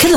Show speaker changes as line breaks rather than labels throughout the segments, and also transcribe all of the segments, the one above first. Cada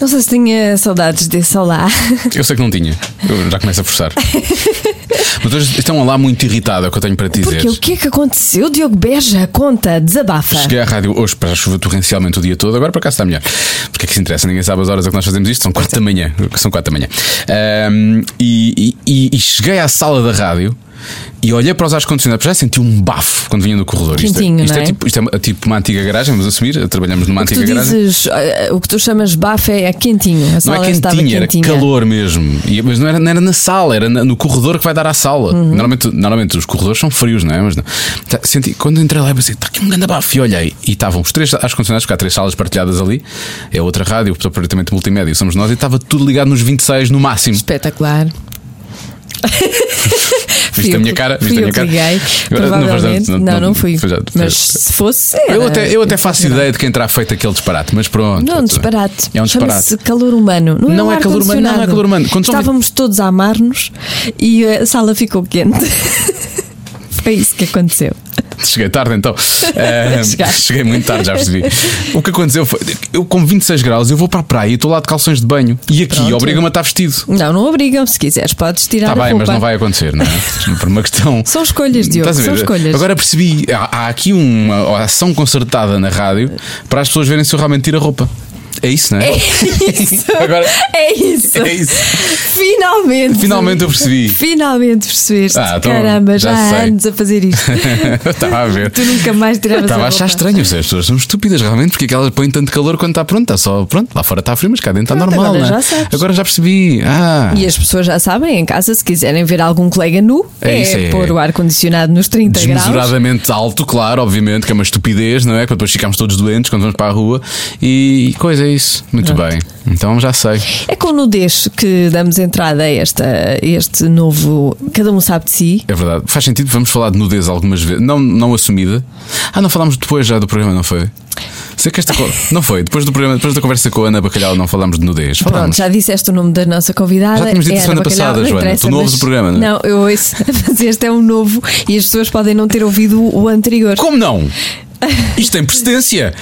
Não sei se tinha saudades desse olá.
Eu sei que não tinha, eu já começo a forçar. Mas hoje estão um olá muito irritado, é o que eu tenho para te dizer.
Porque o que é que aconteceu? Diogo Beja, conta, desabafa.
Cheguei à rádio hoje para chover torrencialmente o dia todo, agora para cá está melhor. Porque é que se interessa, ninguém sabe as horas a que nós fazemos isto, são
é.
4 da manhã. São 4 da manhã. Ahm, e, e- e cheguei à sala da rádio. E olhei para os ar condicionados, já senti um bafo quando vinha no corredor. Isto é-
Quentinho,
isto é,
não é?
tipo, isto é uma- tipo uma antiga garagem, vamos assumir, trabalhamos numa
O que tu
antiga garagem.
dizes, eh, o que tu chamas bafo é, é quentinho. A
Não
sala
é
estava
quentinha, era
quentinha.
calor mesmo. E- mas não era, não era na sala, era na- no corredor que vai dar à sala.
Uhum.
Normalmente, normalmente os corredores são frios, não é? Mas não. Tá, senti, quando entrei lá, eu pensei, está aqui um grande abafo. E olhei, e estavam os três as condicionados, porque há três salas partilhadas ali. É outra rádio, o apartamento multimédia, somos nós, e estava tudo ligado nos 26 no máximo.
Espetacular.
Viste a minha cara? Viste
Fui
a minha
eu que
cara?
liguei,
Agora, não,
provavelmente.
verdade,
Não, não, fui.
foi já- foi-
Mas se fosse.
Eu
era-
até, eu até faço ideia de quem terá feito aquele disparate, mas pronto.
Não, um
pronto.
disparate.
É um disparate.
Chama-se calor humano. Não,
Não
é, um
é
ar
calor humano, não é
condicionado.
calor humano. Quando são vinte-
Estávamos todos a amar-nos e eh, a sala ficou quente. Foi isso que aconteceu.
Cheguei tarde então. Ah,
Chegaste.
cheguei muito tarde, já percebi. O que aconteceu foi: eu com 26 graus, eu vou para a praia e estou lá de calções de banho. E aqui
Pronto.
obriga-me a estar vestido.
Não, não obrigam, se quiseres, podes tirar
Está
a
Tá bem,
roupa.
mas não vai acontecer, não é? Por uma questão.
São escolhas, Diogo,
Estás a
são
ver?
escolhas.
Agora percebi: há, há aqui uma ação concertada na rádio para as pessoas verem se eu realmente tiro a roupa. É isso, não é?
Isso.
Agora-
É isso.
É isso.
Finalmente.
Finalmente eu percebi.
Finalmente percebeste.
Ah, então,
Caramba, já,
já
há
sei.
anos a fazer isto.
Estava a ver.
tu nunca mais tiravas
Estava a
a
achar
roupa.
estranho, as pessoas são estúpidas realmente, porque é que elas põem tanto calor quando está pronto, está só pronto, lá fora está frio, mas cá dentro está
Pronto,
normal.
agora
não é?
já sabes.
agora já percebi. Ah,
E as pessoas já sabem, em casa, se quiserem ver algum colega nu,
É
é,
isso, é-
pôr o ar-condicionado nos 30 graus.
desmesuradamente alto, claro, obviamente, que é uma estupidez, não é? Para depois ficarmos todos doentes quando vamos para a rua e coisa é isso. Muito bem, então já sei.
É com nudez que damos entrada a, esta, a este novo. Cada um sabe de si.
É verdade, faz sentido, vamos falar de nudez algumas vezes, não, não assumida. Ah, não falámos depois já do programa, não foi? Sei que esta. co- não foi, depois do programa, depois da conversa com a Ana Bacalhau, não falámos de nudez.
Pronto,
Falámos.
já disseste o nome da nossa convidada.
Já tínhamos dito
É
a
Ana
semana
Bacalhau,
passada,
não
Joana.
interessa,
Tu não
mas-
ouves o programa, não é?
Não, eu ouço, mas este é um novo e as pessoas podem não ter ouvido o anterior.
Como não? Isto tem precedência.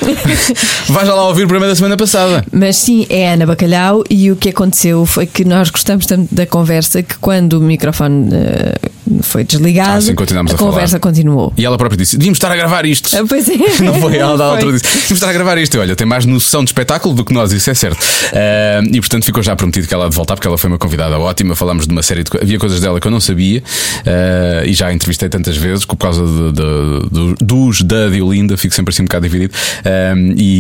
Vais já lá ouvir o programa da semana passada.
Mas sim, é Ana Bacalhau e o que aconteceu foi que nós gostamos tanto da conversa que quando o microfone eh, foi desligado,
Ah, sim, continuámos a falar.
conversa continuou.
E ela própria disse: devíamos estar a gravar isto.
Ah, Pois é.
Não foi ela da
Não
altura
foi.
disse. Devíamos estar a gravar isto. E Olha, tem mais noção de espetáculo do que nós, isso é certo. Ah, e portanto ficou já prometido que ela há de voltar, porque ela foi uma convidada ótima. Falámos de uma série de coisas. Havia coisas dela que eu não sabia ah, e já a entrevistei tantas vezes que por causa de- de- do- dos da de Olinda, fico sempre assim um bocado dividido. Ah, e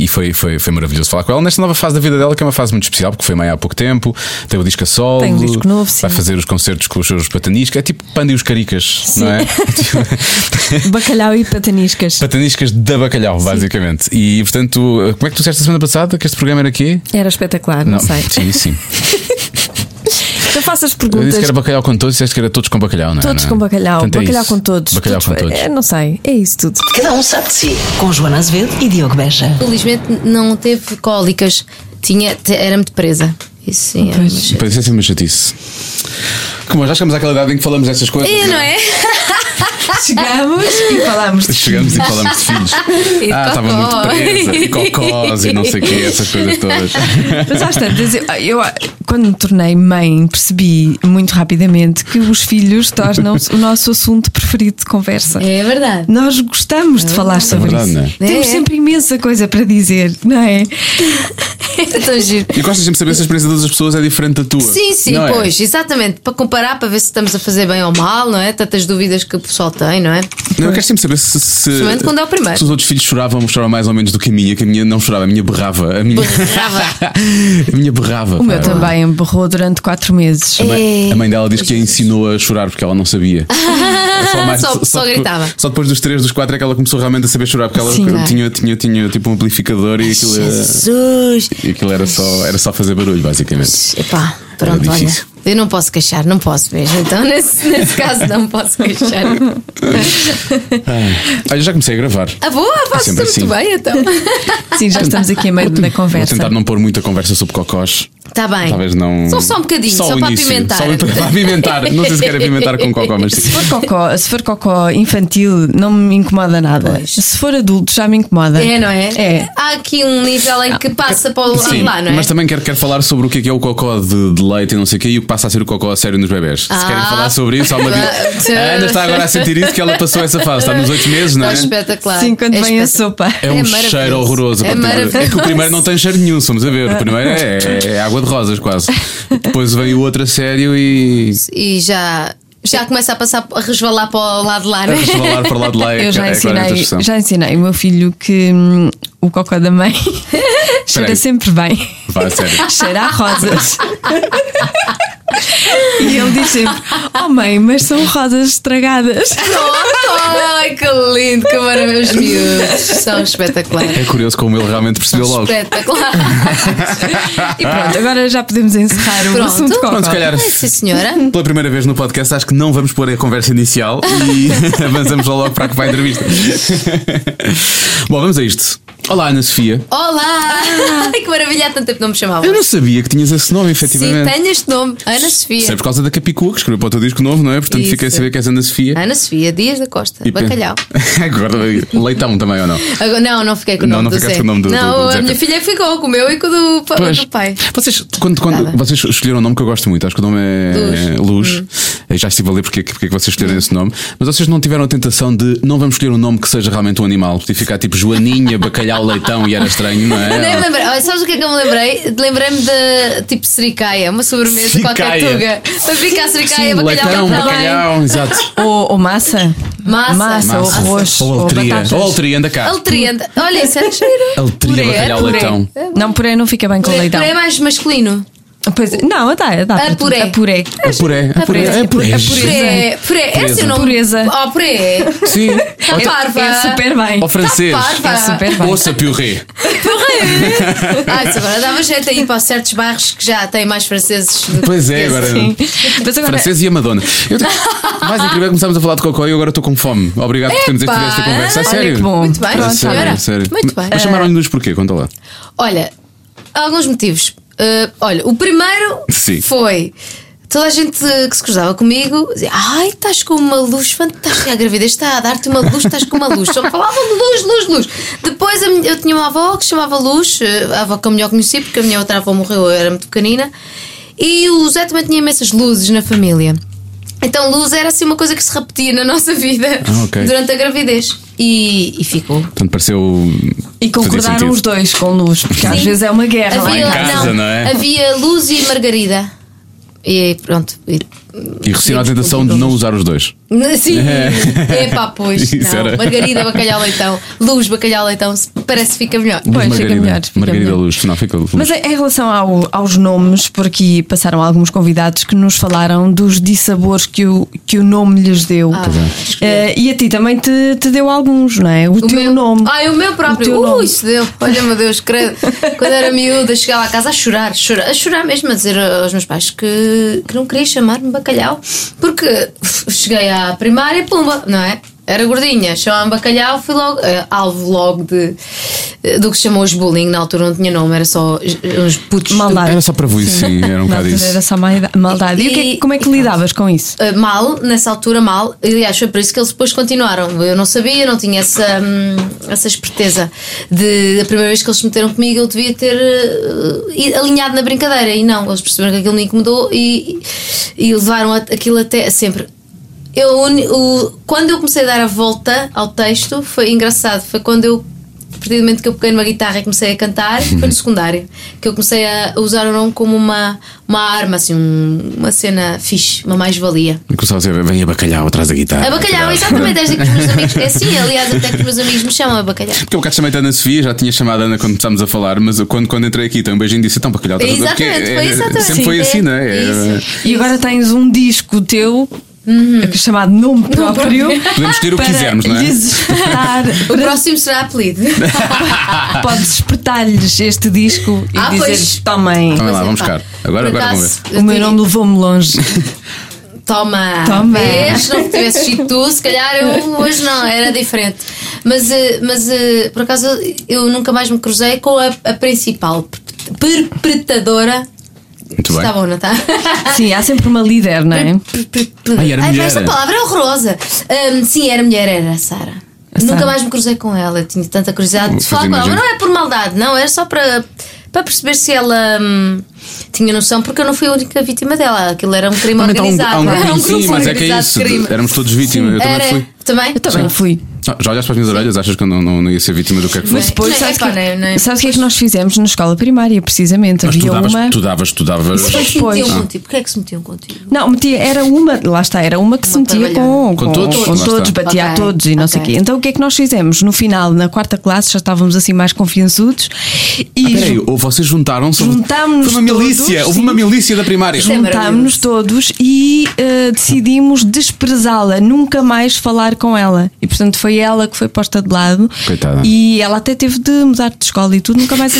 e- e foi, foi, foi maravilhoso falar com ela nesta nova fase da vida dela, que é uma fase muito especial, porque foi mãe há pouco tempo, tem o disco a solo,
Tem um disco novo, sim.
vai fazer os concertos com os seus pataniscas. É tipo Panda e os Caricas, não é? Tipo,
Bacalhau e pataniscas.
Pataniscas da bacalhau, basicamente. E portanto, como é que tu disseste a semana passada que este programa era aqui?
Era espetacular, não, sei.
Sim, sim.
Então faço as
Eu
perguntas.
disse que era bacalhau com todos, disseste que era todos com bacalhau, não é?
Todos
Não é?
com bacalhau,
Portanto, é
bacalhau
isso.
com todos.
Bacalhau
Todos-
com todos.
é, não sei, é isso tudo.
Cada um sabe de si. Com Joana Azevedo e Diogo Beja.
Felizmente não teve cólicas. Tinha, te- era muito presa. Isso sim, era uma
Pois.
chata.
Pois, isso é sempre uma chatice. Como já chegamos àquela idade em que falamos dessas coisas.
É, não é?
Chegámos e falámos.
Chegamos e
assim.
falamos de filhos.
E
ah, estava muito
cocó.
presa. E cocós e não sei o quê, essas coisas todas.
Mas às tantas, eu, eu, quando me tornei mãe, percebi muito rapidamente que os filhos tornam-se o nosso assunto preferido de conversa.
É verdade.
Nós gostamos de falar sobre
verdade,
isso.
não é?
Temos
É.
sempre imensa coisa para dizer, não é?
Então, giro.
E gostas sempre de saber se a experiência de outras pessoas é diferente da tua.
Sim, sim,
não é?
pois, exatamente. Para comparar, para ver se estamos a fazer bem ou mal, não é? Tantas dúvidas que o pessoal tem, não é?
Não, eu quero sempre saber se, se,
Principalmente quando é o primeiro.
se os outros filhos choravam, choravam mais ou menos do que a minha, que a minha não chorava, a minha berrava. A minha
Berrava.
a minha berrava.
O meu
pá.
também embarrou durante quatro meses.
A mãe,
É.
a mãe dela diz que a ensinou a chorar porque ela não sabia.
Só- só
depois-
gritava. é.
Só depois dos três, dos quatro é que ela começou realmente a saber chorar porque ela
Sim.
tinha, tinha, tinha tipo um amplificador e aquilo, era-
Jesus!
e aquilo era, só, era só fazer barulho, basicamente.
Epá,
Era
pronto, olha.
É difícil.
Eu não posso queixar, não posso mesmo. Então, nesse, nesse caso, não posso queixar.
Olha, já comecei a gravar.
Ah, boa, faço
sempre
muito
assim.
bem, então.
Sim, já estamos aqui a meio da
Vou
conversa.
tentar não pôr muita conversa sobre cocós.
Está Tá bem.
Talvez não.
Só, só um bocadinho, só,
o
para
início.
apimentar.
Só para apimentar. Não sei se quer apimentar com cocó, mas
Se
sim.
for cocó, se for cocó infantil, não me incomoda nada.
Pois.
Se for adulto, já me incomoda.
É, não é?
É.
Há aqui um nível em que passa para o lado
Ah, Sim,
de lá, não é?
mas também quero, quero falar sobre o que é, que é o cocó de, de leite e não sei o que e o que passa a ser o cocó a sério nos bebés. Se
Ah.
querem falar sobre isso, há uma...
Ah.
a Ana está agora a sentir isso que ela passou essa fase, está nos oito meses, não
Está
é?
espetacular.
Sim, quando
É
vem a
espetacular.
sopa.
É um
É maravilhoso.
cheiro horroroso.
É
a partir de- é que o
maravilhoso.
primeiro não tem cheiro nenhum, somos a ver. O primeiro é, é- é água de rosas, quase. Depois vem o outro a sério e.
E já, já começa a passar, a resvalar para o lado de lá, não é?
Deixa falar para lá de lá é,
Eu já
é claramente a
ensinei,
expressão.
já ensinei o meu filho que hum, o cocó da mãe cheira
aí.
sempre bem.
Vá, a sério.
Cheira a rosas. e ele diz sempre: Oh mãe, mas são rosas estragadas.
É.
Ai, que lindo, que maravilhoso. miúdos. São espetaculares.
É curioso como ele realmente percebeu logo.
Espetacular.
E
Ah,
pronto, agora já podemos encerrar o
Pronto.
assunto cocó.
Pronto, se calhar.
Sim, É senhora.
Pela primeira vez no podcast, acho que não vamos pôr a conversa inicial e avançamos logo para a que vai a entrevista. Bom, vamos a isto. Olá, Ana Sofia.
Olá! Ai, que maravilha, há tanto tempo não me chamavam.
Ah. Eu não sabia que tinhas esse nome,
Sim,
efetivamente.
tenho este nome, Ana Sofia.
Isso é por causa da Capicua, que escreveu para o teu disco novo, não é? Portanto,
Isso.
fiquei a saber que és Ana Sofia.
Ana Sofia, Dias da Costa,
E pen-
bacalhau.
Agora, leitão também ou não?
Agora- não, não fiquei com o
Não, não
nome do
ficaste
Zé.
com o nome do- do-
Não,
do Zé
a minha
Pedro.
filha ficou com o meu e com o do, pa- do pai.
Vocês, quando, quando
Nada. Hum.
vocês escolheram o nome que eu gosto muito, acho que o nome é Luz. Eu Já estive a ler porque, porque é que vocês escolheram esse nome. Mas vocês não tiveram a tentação de não vamos escolher um nome que seja realmente um animal. Podia ficar tipo Joaninha, Bacalhau, Leitão e era estranho, não
Eu nem me
é?
lembrei. Olha, sabes o que é que eu me lembrei? Lembrei-me de tipo sericaia, uma sobremesa
Sericaia.
qualquer tuga. Para ficar sericaia,
Sim,
bacalhau,
leitão,
está bem.
bacalhau, exato.
Ou, ou massa?
Massa.
ou
Massa.
arroz.
Ou altria.
batatas.
Ou altria, anda cá.
Altrienda. Olha, isso é giro.
Altria,
Purê,
bacalhau,
purê.
leitão.
Não, puré não fica bem com
Purê
leitão.
purê é mais masculino.
Pois, não, dá, dá.
A
para tudo.
puré.
A puré. É
A É puré. A puré. A
pureza.
puré.
A
Purê. Purê. É assim o nome.
Pureza.
Oh, purê.
Sim.
Tá parva.
É super bem.
Ao francês.
Tá parva.
É super bem.
Ouça purê.
Ah, isso agora dava jeito aí para certos bairros que já têm mais franceses do que.
Pois é, agora.
Sim. Mas agora,
Francês e a Madonna. Eu tenho... Mais incrível é que começámos a falar de cocó e eu agora estou com fome. Obrigado por termos
Epá,
tido esta conversa. A
olha
sério.
que bom.
Muito bem,
A
pronto,
sério,
senhora.
a sério.
Muito bem.
Mas chamaram-lhe luz porquê? Conta lá.
Olha, há alguns motivos. Eh, olha, o primeiro
Sim.
foi. Toda a gente que se cruzava comigo dizia: Ai, estás com uma luz fantástica, a gravidez está a dar-te uma luz, estás com uma luz. Só falavam de luz, luz, luz. Depois a minha- eu tinha uma avó que se chamava Luz, eh, a avó que eu melhor conheci, porque a minha outra avó morreu, eu era muito pequenina. E o Zé também tinha imensas luzes na família. Então, luz era assim uma coisa que se repetia na nossa vida
Ah, ok.
durante a gravidez. E, e ficou.
Portanto, pareceu.
e concordaram os dois com luz, porque às
Sim.
vezes é uma guerra lá
Havia,
em
em
casa.
casa, não é?
Havia Luz e Margarida. E pronto. E,
E receberam a tentação de não usar os dois.
Sim, epá, pois.
Isso
não.
era.
Margarida, bacalhau, leitão. Luz, bacalhau, leitão. Parece que fica melhor.
Pois, fica
Margarida.
melhor, fica
Margarida
melhor.
Luz. Não, fica luz.
Mas em em relação ao- aos nomes, por aqui passaram alguns convidados que nos falaram dos dissabores que o, que o nome lhes deu.
Tá
Ah, Pois é.
Eh, e a ti também te, te deu alguns, não é? O,
O
teu
meu
nome.
Ah, é o meu próprio.
teu
Ui,
nome.
isso deu. Olha, meu Deus, credo. Quando era miúda, chegava a casa a chorar, chorar, a chorar mesmo, a dizer aos meus pais que, que não queria chamar-me bacalhau, porque cheguei à primária, pumba, não é? Era gordinha, chamava-me bacalhau, fui logo, eh, alvo logo de, eh, do que se chamou os bullying, na altura não tinha nome, era só eh, uns putos.
Maldade.
Era só para isso, sim. Era um
Na
bocado
altura
isso.
Era só malda- maldade. E, o que é que-
E-
como é que lidavas com isso?
Uh, mal, nessa altura mal. Aliás, foi por isso que eles depois continuaram. Eu não sabia, não tinha essa, hum, essa esperteza. De, a primeira vez que eles se meteram comigo, eu devia ter uh, i- alinhado na brincadeira. E não, eles perceberam que aquilo me incomodou e, e levaram a- aquilo até sempre. Eu, a uni- o- quando eu comecei a dar a volta ao texto, foi engraçado. Foi quando eu. A partir do momento que eu peguei numa guitarra e comecei a cantar, foi
Uhum.
no secundário, que eu comecei a usar o nome como uma, uma arma, assim, um- uma cena fixe, uma mais-valia.
E Começava a dizer, vem a bacalhau atrás da guitarra.
A bacalhau, exatamente, desde que os meus amigos. É assim, aliás, até que os meus amigos me chamam a bacalhau.
Porque eu um bocado chamei-te Ana Sofia, já tinha chamado a Ana quando começámos a falar, mas eu, quando, quando entrei aqui, então um beijinho disse, então bacalhau. atrás da-" Porque
Exatamente, foi
é-
exatamente.
Sempre foi
É,
assim, não é? Era-
isso.
E agora tens um disco teu.
Uhum.
é Chamado Nome Próprio.
Podemos ter o que
para
quisermos, não é?
lhes espetar-
O próximo será apelido.
podes espetar-lhes este disco e
Ah,
dizer-lhes:
pois.
tomem.
Vamos lá, vamos
Epá,
buscar. Agora,
por
agora vamos
acaso,
ver.
eu
O meu
tinha-
nome levou-me longe.
Toma!
Toma.
Vês? Não tivesse sido tu, se calhar eu hoje não, era diferente. Mas, eh, mas eh, por acaso eu nunca mais me cruzei com a, a principal perpetradora
Muito bem.
Está bom, não está? Ah.
Sim, há sempre uma líder, não é?
Ai, era mulher.
Ai, mas esta palavra é horrorosa. Ahm, sim, era mulher, era a Sara.
A Sara.
Nunca mais me cruzei com ela. Tinha tanta curiosidade de
Pois
falar com ela. Mas
imagino.
não é por maldade, não. Era só para, para perceber se ela hum, tinha noção, porque eu não fui a única vítima dela. Aquilo era um crime
Há um,
organizado.
há um
era
grupo,
um
sim, mas é que é
organizado
isso.
de crime.
Éramos todos vítimas. Eu
Era-
também fui.
Também?
Eu também fui.
Ah, Já olhaste para as minhas orelhas? Achas que eu não, não, não ia ser vítima do que é que foi?
Mas
Depois,
Não,
sabes o
epá,
que,
não é- não é-
sabes o que é que nós fizemos na escola primária, precisamente?
Mas tu
Havia
davas,
uma.
tu davas, tu
Porquê é que
davas.
se metiam
Pois.
contigo? Porquê é que se metiam contigo?
Não, metia, era uma, lá está, era uma que se metia com,
trabalhada.
Com todos,
com
lá está.
todos, batia a
Ok,
todos e não sei o
ok.
quê. Então o que é que nós fizemos? No final, na quarta classe, já estávamos assim mais confiançudos e
Ah, Peraí, ou vocês juntaram-se? ou-
Juntámos-nos
Foi uma milícia,
todos,
houve uma milícia da primária.
Sim.
juntámos-nos todos e eh, decidimos desprezá-la, nunca mais falar com ela. E portanto foi ela que foi posta de lado
Coitada.
e ela até teve de mudar de escola e tudo, nunca mais a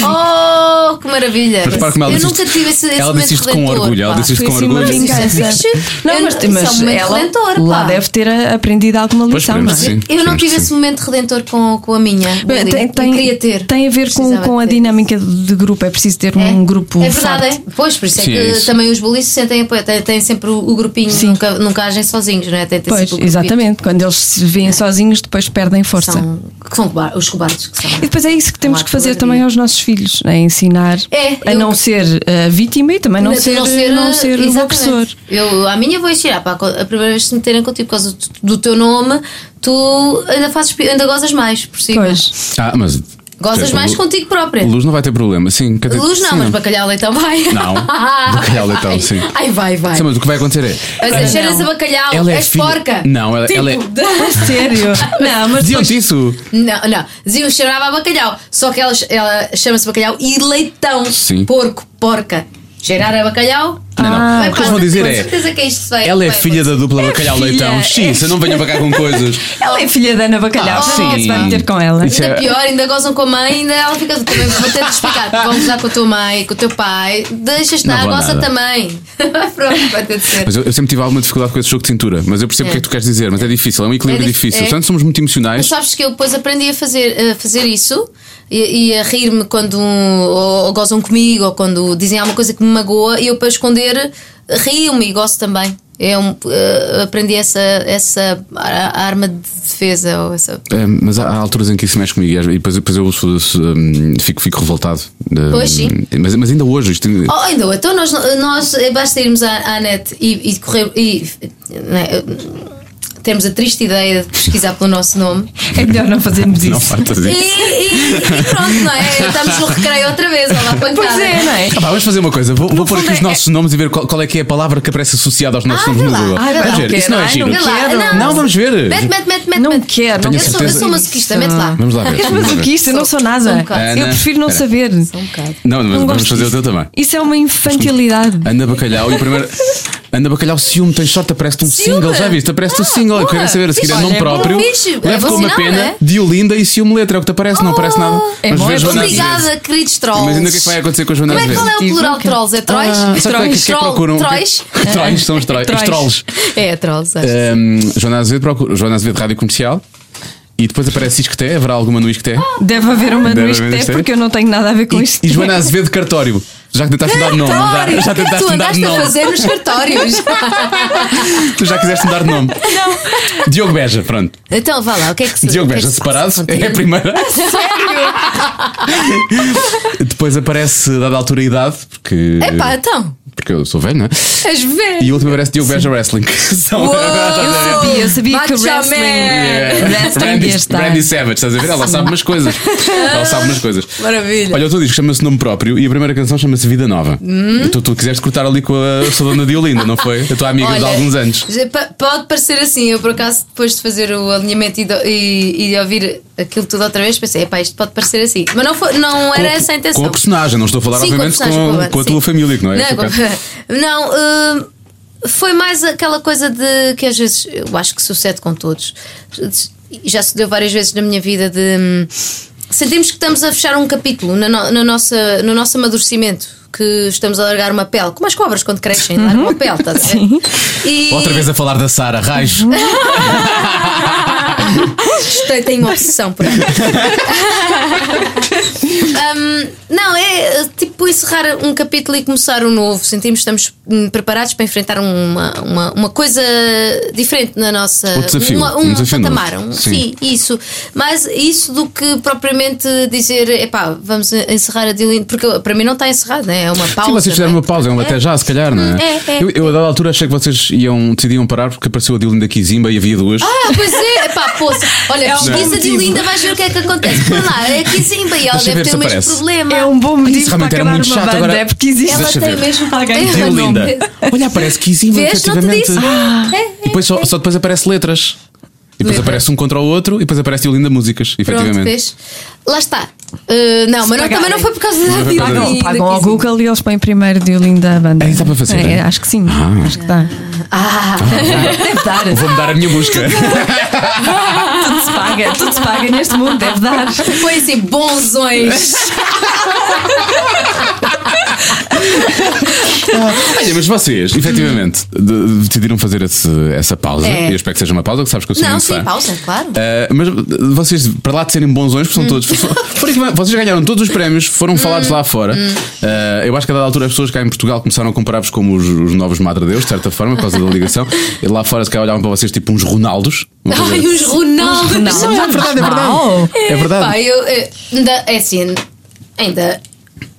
vi.
Oh, que maravilha!
Mas repara como ela
eu
disse
nunca
isto-
tive esse, esse
ela disse
momento
isto com
redentor,
orgulho, ela
pá.
disse isto com
Foi assim uma
orgulho.
vingança.
vingança.
Isso é fixe.
Não,
Eu-
mas,
isso é um
mas
momento
ela
redentor,
lá
pá.
deve ter eh, aprendido alguma
Pois,
lição, não é?
esperemos que sim.
Eu não
Esperemos
tive
que
esse
sim.
momento redentor com, com a minha.
Bem,
bullying.
Tem,
Eu
tem-
queria ter.
tem a ver com,
Precisava
com a
ter.
dinâmica de de grupo, é preciso ter
É.
um grupo
É verdade,
forte.
é. Pois, por isso é
Sim,
que
é isso.
também os bolis se sentem apoio, têm, têm sempre o, o grupinho, nunca, nunca agem sozinhos, não é? Têm, têm
Pois,
sempre o grupinho.
exatamente. Quando eles se veem sozinhos, depois perdem força.
São, que são cobar- os cobardes que são.
E depois é isso que temos
Não há
que fazer
cobardia.
também aos nossos filhos, é ensinar
É,
a
eu-
não ser uh, vítima e também não,
Não
ser, não ser, o
exatamente.
agressor.
Eu, a minha vou ensinar, pá, a primeira vez que se meterem contigo por causa do, do teu nome, tu ainda, fazes, pi- ainda gozas mais por cima.
Pois.
Ah, mas.
é- Gozas
Tens-
mais contigo própria.
Luz não vai ter problema, sim. quer dizer,
Luz não,
sim.
mas bacalhau leitão vai.
Não, bacalhau leitão,
Vai.
sim.
Ai, vai, vai.
Sim, mas o que vai acontecer é.
Mas é, cheiras a bacalhau,
Ela é
és
filha-
porca.
Não, ela-
tipo,
ela é-
Sério? não, mas
Diziam-te isso?
Não, não. Diziam cheirava a bacalhau. Só que ela, ela chama-se bacalhau e leitão.
Sim.
Porco, porca. Cheirar a bacalhau.
Não, não.
Vai
o que eles vão
para-
dizer
com
é.
certeza que é isto que vai-
Ela é
vai
filha da
acontecer.
dupla Bacalhau
filha,
Leitão.
é.
Sim, você não venha para cá com coisas.
ela é filha da Ana Bacalhau,
Ah,
portanto,
sim.
se vai meter com ela.
Isso
Ainda
é-
pior, ainda gozam com a mãe, ainda ela fica também. Vou ter de explicar. Vamos usar com a tua mãe, com o teu pai. Deixa estar,
vou
goza
nada.
também. Pronto, vai ter de ser.
Mas eu, eu sempre tive alguma dificuldade com esse jogo de cintura, mas eu percebo o
É.
que é que tu queres dizer, mas é difícil, é um equilíbrio
É dif-
difícil.
é.
Portanto, somos muito emocionais.
Mas sabes que eu depois aprendi a fazer, a fazer isso e, e a rir-me quando um- ou, ou gozam comigo ou quando dizem alguma coisa que me magoa e eu para esconder rio-me e gosto também. É um, eh, aprendi essa, essa ar- arma de defesa ou essa.
É, mas há, há alturas em que isso mexe comigo e às vezes- e depois, depois eu sou- sou- hum, fico, fico revoltado. Hum,
Pois, sim.
Mas, mas ainda hoje, isto,
Oh, ainda, bem, então nós, nós eh, basta irmos à, à net e, e correr e né, termos a triste ideia de pesquisar pelo nosso nome
É melhor não fazermos
não
isso.
fartas
e,
disso.
e- e pronto, não é? Estamos no recreio outra vez, olha lá, pancada.
Pois é, não é?
Ah, pá, vamos fazer uma coisa, vou, vou pôr aqui
fundo
os
é-
nossos nomes e ver qual, qual é que é a palavra que aparece associada aos nossos
Ah,
nomes
vê
no
lá.
Google.
Ah, vê lá.
Vamos ver,
Não
isso não é
quero,
giro.
ai,
Vê lá,
quero.
não.
Não, vamos ver.
Mete, mete, mete, mete.
Não
mete.
quero.
Tenho
Eu sou, eu
certeza.
sou masoquista, mete lá.
Vamos lá ver.
És
vamos lá ver.
masoquista, eu não sou
Sou
nada.
um bocado.
Ana,
Eu prefiro não
espera.
saber.
Um bocado.
Não, mas
Não
vamos
gosto
fazer o teu
disso.
também.
Isso é uma infantilidade.
Anda Bacalhau e primeiro. Anda Bacalhau, ciúme, tens sorte, aparece-te um
Ciúme?
single, já viste? Aparece-te um
Ah,
single, eu
boa.
quero saber a seguir é
Fixe.
nome
Olha, é bom.
próprio.
Fixe, é
Levo
bom
com uma
sinal,
pena,
né?
Diolinda e ciúme letra, é o que te aparece, não aparece nada.
Oh,
é bom,
vê
é
a Joana Azevedo.
Obrigada, queridos trolls.
Imagina o que é que vai acontecer com a Joana
Como é que
Azevedo.
qual é o
Tive,
plural
não
de
quero.
trolls? É trolls?
Ah, sabe qual é que- que é que
Troll-
procuram? Eh,
Trolls?
Trolls são os trolls. Os
Trolls.
trolls.
É, trolls, acho.
Ahm, Joana Azevedo procura. Joana Azevedo Rádio Comercial. E depois aparece Isqueté, haverá alguma no Isqueté?
Oh,
Deve haver uma
Deve
no
haver
isto
isto é.
é porque eu não tenho nada a ver com isto.
E Joana Azevedo Cartório. Já que tentaste mudar de nome,
Cartório,
já, já
o que é que tu
tentaste mudar de
andaste a
nome.
fazer nos cartórios?
Tu já quiseste mudar de nome. Não. Diogo Beja, pronto.
então, vá lá, o que é que se
Diogo
o que é que
Beja,
se
separado,
passa
é a
contigo?
primeira. Depois aparece, dada a altura, a idade, porque.
Epá, então,
Porque eu sou velho, não é?
és ver.
E o último aparece Diogo Beja Wrestling. São-
Eu sabia, eu sabia que o
Macho
wrestling, wrestling
Man.
É, Brandy,
ia estar.
Brandy Savage, estás a ver? Ela sabe umas coisas. Ela sabe umas coisas.
Maravilha.
Olha, o teu disco chama-se Nome Próprio e a primeira canção chama-se Vida Nova.
Hum?
Tu, tu quiseste cortar ali com a sua dona Diolinda, não foi? A tua amiga de
Olha,
alguns anos.
já pa- Pode parecer assim, eu por acaso, depois de fazer o alinhamento e, do- e- e ouvir aquilo tudo outra vez, pensei, epá, isto pode parecer assim. Mas não, foi- não era
Com-
essa a intenção.
Com a personagem, não estou a falar,
Sim,
obviamente, com,
personagem,
com a
sim.
tua família, que não é?
Não,
Por acaso.
com- não, hum, foi mais aquela coisa de que às vezes eu acho que sucede com todos. Já se deu várias vezes na minha vida de hum, sentimos que estamos a fechar um capítulo na no, na nossa, no nosso amadurecimento. que estamos a largar uma pele, como as cobras quando crescem, largam uma pele, estás a ver? E
Outra vez a falar da Sara, raios.
Tem- tem uma obsessão por ela. Hum, não, é tipo encerrar um capítulo e começar um novo. Sentimos que estamos hum, preparados para enfrentar uma, uma, uma coisa diferente na nossa.
Um desafio,
uma-
um desafio novo.
patamar. um-
Sim.
sim, isso. Mas isso do que propriamente dizer, epá, vamos encerrar a Dilin, porque para mim não está encerrado, né? é uma pausa.
Sim, vocês fizeram
não é?
uma pausa, é um até já, se calhar, não é?
É, é.
Eu, eu, a dada altura, achei que vocês iam, decidiam parar porque apareceu a Dilinda Kizimba e havia duas.
Ah, pois é, pá, poça. Olha,
É um
pesquisa
motivo.
de Linda, vais ver o que é que acontece. Põe lá, é que sim, bem, ela
Deixa
deve
ver
ter
se
o mesmo
aparece.
problema.
É um bom motivo para
realmente era
acabar
muito
uma
chato,
banda,
agora-
é porque existe.
Ela
Deixa
tem
ver.
mesmo
Alguém
tem
deu
um
Dilinda.
nome.
Olha, aparece Kizimba,
Vês? Não te
efetivamente.
disse? Ah, é,
E depois só, só depois aparece letras. E depois
Letras.
aparece um contra o outro e depois aparece Dilinda Músicas,
Pronto,
efetivamente.
vês? Lá está. Uh, não, mas não,
pagarem.
também não foi por causa da Dilda.
Pagam,
Linda
pagam
que
ao
existe.
Google e eles põem primeiro de Olinda a banda.
É, dá para fazer,
É,
é?
acho que sim.
Ah.
Acho que dá.
Ah,
Deve dar.
Vou mudar a minha busca.
Tudo se paga. Tudo se paga neste mundo. Deve dar.
foi assim, bonzões.
Olha, mas vocês, efetivamente, de- decidiram fazer esse- essa pausa.
É.
Eu espero que seja uma pausa, que sabes que eu sou
Não,
muito
sim,
fã.
pausa, claro.
Uh, mas uh, vocês, para lá de serem bonzões, porque são todos. Por incrível- vocês ganharam todos os prémios, foram falados lá fora. Uh, eu acho que a dada altura as pessoas cá em Portugal começaram a comparar-vos como os, os novos Madredeus, de certa forma, por causa da ligação. E lá fora, se calhar, olhavam para vocês tipo uns Ronaldos. Uma coisa-
Ai, os Ronaldos.
Ronaldos.
é verdade, é verdade.
Mal.
É verdade.
Pá, eu, eh, ainda, é assim, ainda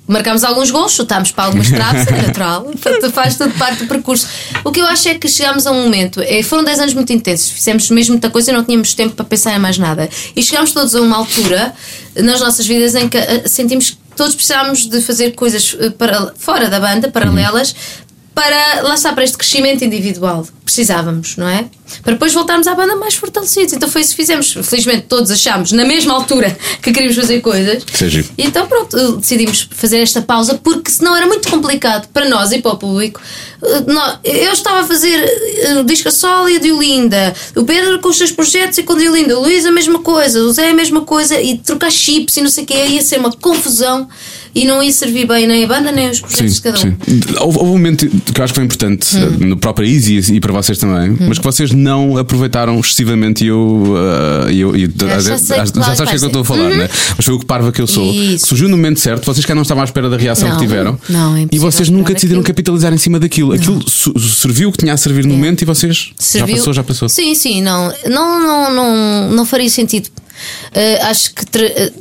marcámos alguns gols, chutámos para algumas traves, é natural, fa- faz tudo parte do percurso. O que eu acho é que chegámos a um momento, eh, foram 10 anos muito intensos, fizemos mesmo muita coisa e não tínhamos tempo para pensar em mais nada. E chegámos todos a uma altura eh, nas nossas vidas em que eh, sentimos que todos precisávamos de fazer coisas eh, para, fora da banda, paralelas.
Uhum.
Para, lá está, para este crescimento individual. Precisávamos, não é? Para depois voltarmos à banda mais fortalecidos. Então foi isso que fizemos. Felizmente todos achámos, na mesma altura, que queríamos fazer coisas.
Isso é giro.
E Então pronto, eh, decidimos fazer esta pausa porque senão era muito complicado para nós e para o público. Eh, nó- Eu estava a fazer eh, o disco a solo e a Diolinda, o Pedro com os seus projetos e com a Diolinda, o Luís a mesma coisa, o Zé a mesma coisa e trocar chips e não sei o que ia ser uma confusão e não ia servir bem nem a banda nem os projetos de cada um. Hum.
Houve, houve um momento que eu acho que foi importante eh, no próprio Easy e- e para vocês também, mas que vocês não aproveitaram excessivamente e eu. eh, e eu, e-
já sei
já
qual é
sabes o
que
que é
vai
que eu
ser.
estou a falar, né? Mas foi o que parva que eu sou.
Isso.
Surgiu no momento certo, vocês cá não estavam à espera da reação
Não,
que tiveram
não, é
e
impossível
vocês nunca
esperar
decidiram
aquilo. É.
capitalizar em cima daquilo. Aquilo su- serviu o que tinha a servir no momento e vocês. Já
Serviu?
passou, já passou.
Sim, sim, não. Não, não, não, não faria sentido. Eh, acho que. tra- eh,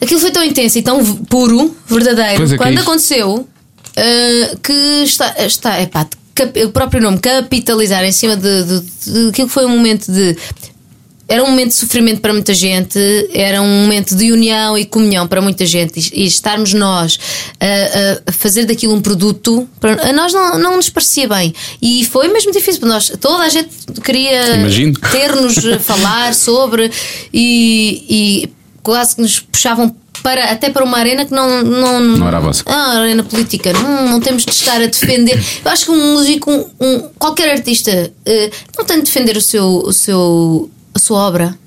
aquilo foi tão intenso e tão v- puro, verdadeiro,
Pois é que é
quando
isso.
aconteceu, eh, que está. está epá, cap- o próprio nome, capitalizar em cima de, de, de- daquilo que foi um momento de. Era um momento de sofrimento para muita gente, era um momento de união e comunhão para muita gente. E, e estarmos nós a, a fazer daquilo um produto, para, a nós não, não nos parecia bem. E foi mesmo difícil, porque nós, toda a gente queria
Imagino.
ter-nos a falar sobre e, e quase que nos puxavam para, até para uma arena que não. Não,
Não era a vossa.
Ah, arena política. Não, não temos de estar a defender. Eu acho que um músico, um, um- qualquer artista, eh, não tem de defender o seu, o seu, a sua obra.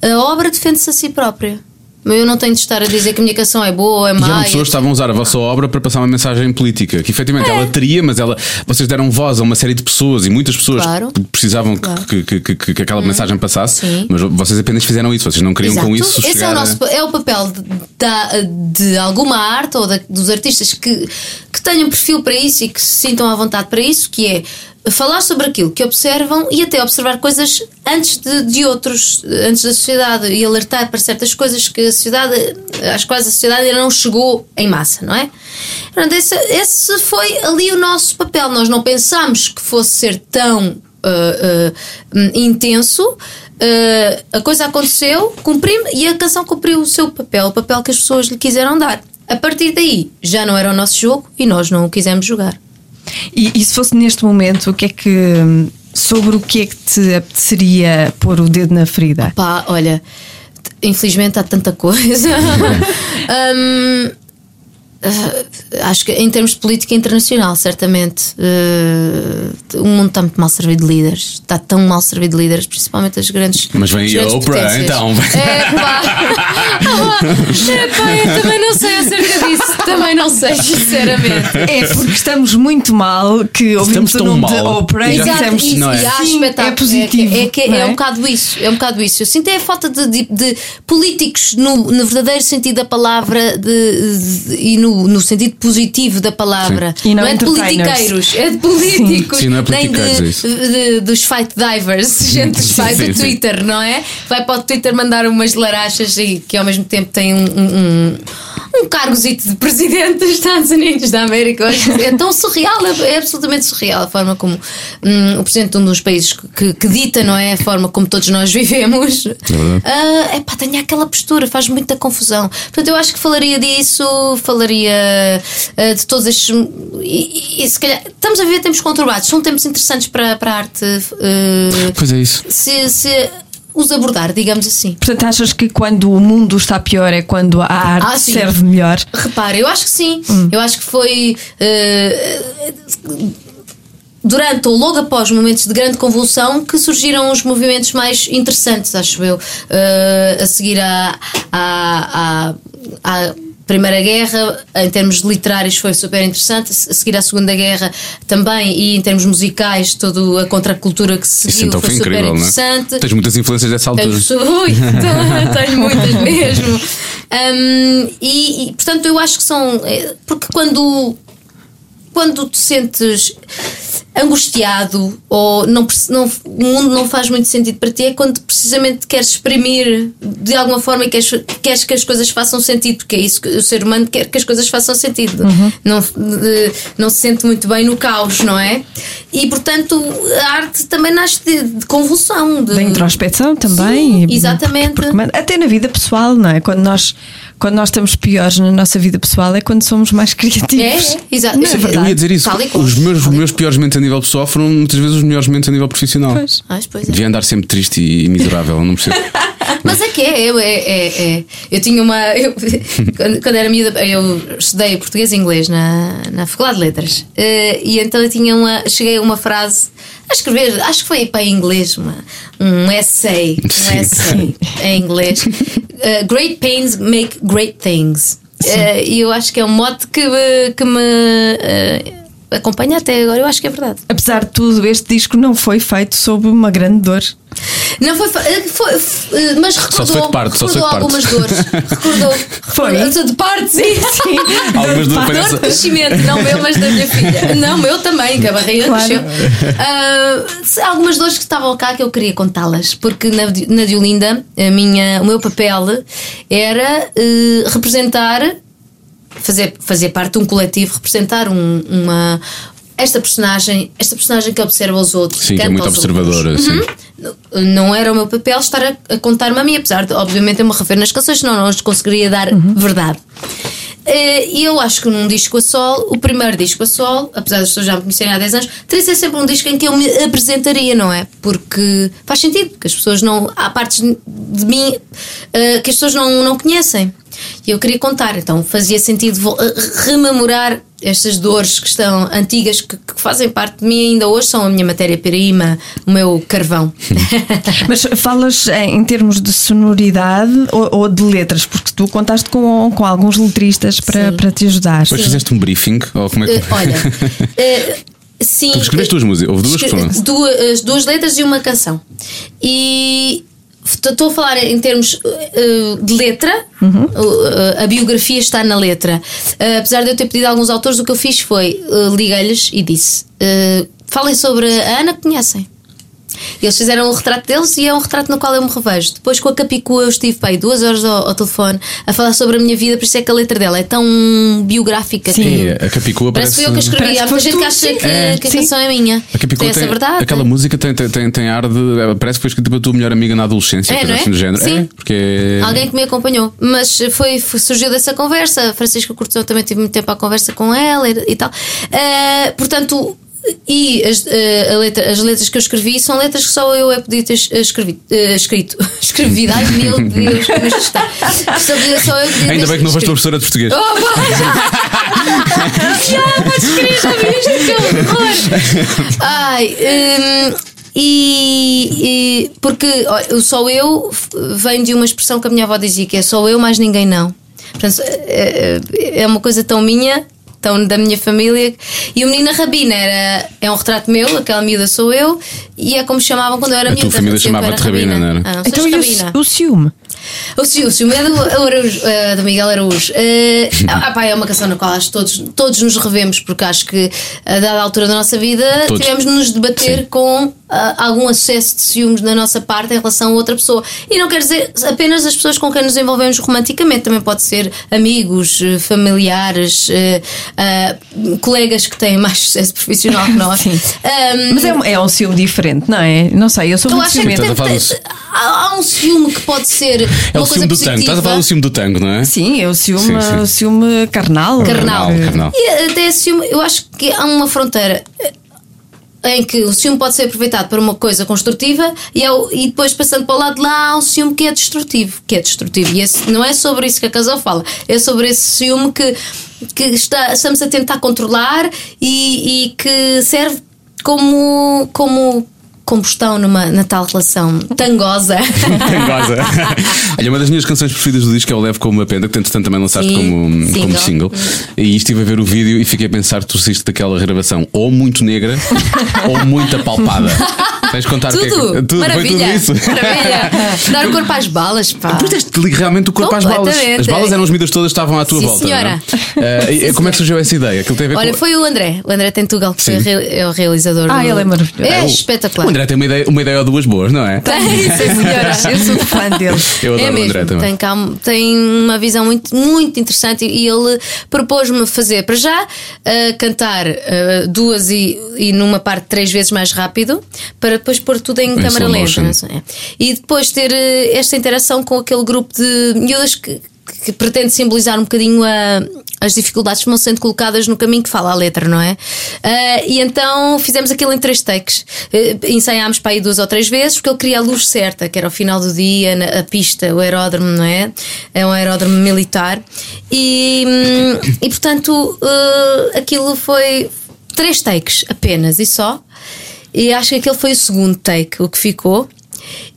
A obra defende-se a si própria. Mas eu não tenho de estar a dizer que a minha canção é boa ou é
E eram
má.
pessoas que estavam a usar a vossa obra para passar uma mensagem política, que efetivamente
É.
ela teria, mas ela, vocês deram voz a uma série de pessoas e muitas pessoas
Claro.
que precisavam que-
Claro. Uhum.
que, que- que- que aquela mensagem passasse,
Sim.
mas vocês apenas fizeram isso, vocês não queriam com
Exato.
isso
Esse é
chegar
o,
a-
nosso, é o papel de, da- de alguma arte ou da- dos artistas que, que tenham perfil para isso e que se sintam à vontade para isso, que é falar sobre aquilo que observam e até observar coisas antes de, de outros, antes da sociedade e alertar para certas coisas que a sociedade, às quais a sociedade ainda não chegou em massa, não é? Portanto, esse, esse foi ali o nosso papel. Nós não pensámos que fosse ser tão uh, uh, hum, intenso. uh, a coisa aconteceu, cumprimos e a canção cumpriu o seu papel, o papel que as pessoas lhe quiseram dar. A partir daí já não era o nosso jogo e nós não o quisemos jogar.
E, e se fosse neste momento, o que é que. Sobre o que é que te apeteceria pôr o dedo na ferida?
Pá, olha, t- infelizmente há tanta coisa. Hum, ah, acho que em termos de política internacional, certamente, eh, o mundo está muito mal servido de líderes. Está tão mal servido de líderes, principalmente as grandes.
Mas vem
as
a
grandes
Oprah,
potências.
então.
É, pá. lá. Epá, eu também não sei acerca disso. Também não sei, sinceramente.
É porque estamos muito mal que ouvimos
tão
o nome de
mal.
ópera e
Exato,
dissemos
isso,
não é?
e há
"Sim,
espetáculo.
é positivo.
É, que- é, que
não
é um bocado isso, é um bocado isso. Eu sinto é a falta de, de- de políticos no, no verdadeiro sentido da palavra de- de- e no, no sentido positivo da palavra.
Sim. E não
é de
entertainers.
politiqueiros, é de políticos,
Sim, não é
nem
politiqueiros, é
de,
isso.
de- dos fight divers, gente dos
Sim,
fight
sim,
do
sim.
Twitter, não é? Vai para o Twitter mandar umas larachas e que ao mesmo tempo tem um. um, um um cargozito de presidente dos Estados Unidos da América. Hoje É tão surreal, é, é absolutamente surreal a forma como hum, o presidente de um dos países que, que dita, não é? A forma como todos nós vivemos. É pá, tenha aquela postura, faz muita confusão. Portanto, eu acho que falaria disso, falaria ah, de todos estes. E, e- e se calhar. Estamos a viver tempos conturbados, são tempos interessantes para, para a arte. ah,
Pois é isso.
se, se os abordar, digamos assim.
Portanto, achas que quando o mundo está pior é quando a arte
Ah, sim.
serve melhor?
Repara, eu acho que sim.
Hum.
Eu acho que foi. eh, Durante ou logo após momentos de grande convulsão que surgiram os movimentos mais interessantes, acho eu, Eh, a seguir à, à, à, à Primeira Guerra, em termos literários, foi super interessante, a seguir à Segunda Guerra também, e em termos musicais, toda a contracultura que se
Isso
seguiu
então
foi
foi
super
incrível, não
interessante.
é? Tens muitas influências dessa altura.
Tenho, ui, tenho muitas mesmo. Hum, e, e, portanto, eu acho que são. é, Porque quando. Quando te sentes angustiado ou não, perce- não- o mundo não faz muito sentido para ti, é quando precisamente queres exprimir de alguma forma e queres, queres que as coisas façam sentido, porque é isso que o ser humano quer que as coisas façam sentido. Não, de- não se sente muito bem no caos, não é? E portanto a arte também nasce de, de convulsão, de,
Da introspecção também.
Sim,
e-
exatamente.
porque- mas até na vida pessoal, não é? Quando nós, quando nós estamos piores na nossa vida pessoal é quando somos mais
É,
criativos.
exato.
Não é
Eu ia dizer isso.
Tal e qual.
Os meus, meus piores momentos a nível pessoal foram muitas vezes os melhores momentos a nível profissional.
Pois.
Ah, pois é.
Devia andar sempre triste e miserável, não percebo.
Mas é que é, eu, é, é, é. eu tinha uma. eu- quando, quando era miúda, eu estudei português e inglês na, na Faculdade de Letras. Eh, e então eu tinha uma. Cheguei a uma frase a escrever, acho que foi para inglês, uma, um essay. Um
Sim.
essay em inglês. Eh, great pains make great things. Eh, E eu acho que é um mote que, me- que me eh, acompanha até agora, eu acho que é verdade.
Apesar de tudo, este disco não foi feito sob uma grande dor.
Não foi, fa- eh, foi f- eh, mas recordou,
se foi de parte, só se
recordou
foi
algumas
de
dores. Recordou.
Foi?
recordou de parte, sim, sim.
Algumas
Dor de
dor
parto.
Dor de
parece.
crescimento, não meu, mas da minha filha. Não, meu também, que a barriga
Claro.
cresceu. Ah, se- algumas dores que estavam cá que eu queria contá-las, porque na, Di- na Diolinda a minha, o meu papel era eh, representar fazer, fazer parte de um coletivo, representar um- uma. Esta personagem, esta personagem que observa os outros.
Sim, que é
canta
muito
aos
observadora.
outros.
sim.
Uhum. Não era o meu papel estar a, a contar-me a mim, apesar de, obviamente, eu me referir nas canções, senão não lhes conseguiria dar verdade. Eh, E eu acho que num disco a sol, o primeiro disco a sol, apesar das pessoas já me conhecerem há 10 anos, teria de ser sempre um disco em que eu me apresentaria, não é? Porque faz sentido, que as pessoas não. Há partes de mim eh, que as pessoas não, não conhecem. E eu queria contar, então fazia sentido vo- eh, rememorar estas dores que estão antigas, que, que fazem parte de mim ainda hoje, são a minha matéria-prima, o meu carvão.
Mas falas em, em termos de sonoridade ou, ou de letras? Porque tu contaste com, com alguns letristas para,
Sim.
para te ajudar.
Depois fizeste um briefing? Ou como é que.
Eh, olha, eh, sim. eh,
Tu escreveste duas músicas, houve duas que foram.
Escre- duas, duas letras e uma canção. E estou a falar em termos eh, de letra, Eh, a biografia está na letra. Eh, apesar de eu ter pedido a alguns autores, o que eu fiz foi eh, liguei-lhes e disse: eh, falem sobre a Ana que conhecem. E Eles fizeram o retrato deles e é um retrato no qual eu me revejo. Depois com a Capicua eu estive pai, duas horas ao, ao telefone a falar sobre a minha vida, por isso é que a letra dela é tão biográfica
Sim.
que
É, a Capicua parece.
Parece que fui eu que a escrevi.
Parece
Há
que
muita
foste
gente que
tu,
acha
sim.
que,
É.
que a
Sim.
canção é minha.
A Capicua
essa
tem,
verdade.
aquela música tem, tem, tem, tem ar de. Parece que foi escrita pela tua melhor amiga na adolescência,
É,
coisa
não é?
assim do género.
Sim.
É, porque é-
Alguém que me acompanhou. Mas foi, foi- surgiu dessa conversa. A Francisca Curtão também tive muito tempo à conversa com ela e, e tal. Eh, portanto. E as, eh, a letra- as letras que eu escrevi são letras que só eu é que podia ter es- escrevi, eh, escrito. Escrevido, ai meu Deus, como isto está. Só, só eu podia ter
Ainda bem que não foste
escrito.
professora de português.
Oh, pá, já! já, podes crer, já viste que horror! Ai, hum, e, E, e- porque ó, o só eu f- vem de uma expressão que a minha avó dizia que é só eu, mais ninguém não. Portanto, é, é- é uma coisa tão minha, tão da minha família. E o menino Rabina era, é um retrato meu, aquela miúda sou eu, e é como chamavam quando eu era
A tua
miúda.
família
diziam que eu
chamava-te Rabina, não era?
Ah, não,
Então
sou
e o,
Rabina.
ci- o ciúme?
O Silvio, o meu é do, Araújo, eh, do Miguel Araújo. Eh, ah, pá, é uma canção na qual acho que todos, todos nos revemos, porque acho que a dada altura da nossa vida
Todos.
tivemos de nos debater
Sim.
com ah, algum acesso de ciúmes da nossa parte em relação a outra pessoa. E não quer dizer apenas as pessoas com quem nos envolvemos romanticamente, também pode ser amigos, eh, familiares, eh, ah, colegas que têm mais sucesso profissional que nós.
Sim.
Ahm,
Mas é, um- é um ciúme diferente, não é? Não sei, eu sou
eu
muito
acho é que
Estás
ciumenta.
a falar
tem-
do-
tem- há há um ciúme que pode ser.
É o
uma coisa
ciúme do tango. Estás a falar
positiva.
do ciúme do tango, não é?
Sim, é o ciúme,
Sim, sim.
o ciúme carnal.
Carnal.
Carnal, carnal.
E até esse ciúme, eu acho que há uma fronteira eh, em que o ciúme pode ser aproveitado para uma coisa construtiva e, há o- e depois passando para o lado de lá há o ciúme que é destrutivo, que é destrutivo. E esse, não é sobre isso que a Casal fala, é sobre esse ciúme que, que está- estamos a tentar controlar e, e que serve como, como combustão numa, na tal relação tangosa.
é Tangosa. Olha, uma das minhas canções preferidas do disco é o Leve Como uma Penda, que entretanto também lançaste
Sim,
como, como single.
single.
E estive a ver o vídeo e fiquei a pensar: tu saíste daquela gravação ou muito negra ou muito apalpada. Tens de contar o que é que-
tudo,
foi tudo
maravilha,
isso.
maravilha. Dar o corpo às balas, pá.
Pois tens de ligar realmente o corpo às balas.
Completamente.
As balas eram as medidas todas que estavam à tua
Sim,
volta.
senhora.
não é? Ah, e- como é que surgiu essa ideia? Aquilo tem a ver
Olha,
com...
foi o André, o André Tentugal, que foi
é. Sim.
re- é o realizador.
Ah,
do-
ele é maravilhoso.
É
Ah, o-
espetacular.
O André tem uma ideia, uma ideia ou duas boas, não é?
Tem, sim, senhora.
Eu sou fã dele.
Eu adoro o André
é mesmo,
também.
tem, calma, tem uma visão muito, muito interessante e ele propôs-me fazer para já ah, cantar ah, duas e, e numa parte três vezes mais rápido para depois pôr tudo em, câmara
slow
lenta.
motion.
não sei. É. E depois ter eh, esta interação com aquele grupo de miúdas que, que pretende simbolizar um bocadinho a- as dificuldades que vão sendo colocadas no caminho que fala a letra, não é? Ah, e então fizemos aquilo em três takes. Eh, ensaiámos para aí duas ou três vezes, porque ele queria a luz certa, que era o final do dia, na- a pista, o aeródromo, não é? É um aeródromo militar. E, hum, e portanto, eh, aquilo foi três takes apenas e só. E acho que aquele foi o segundo take, o que ficou.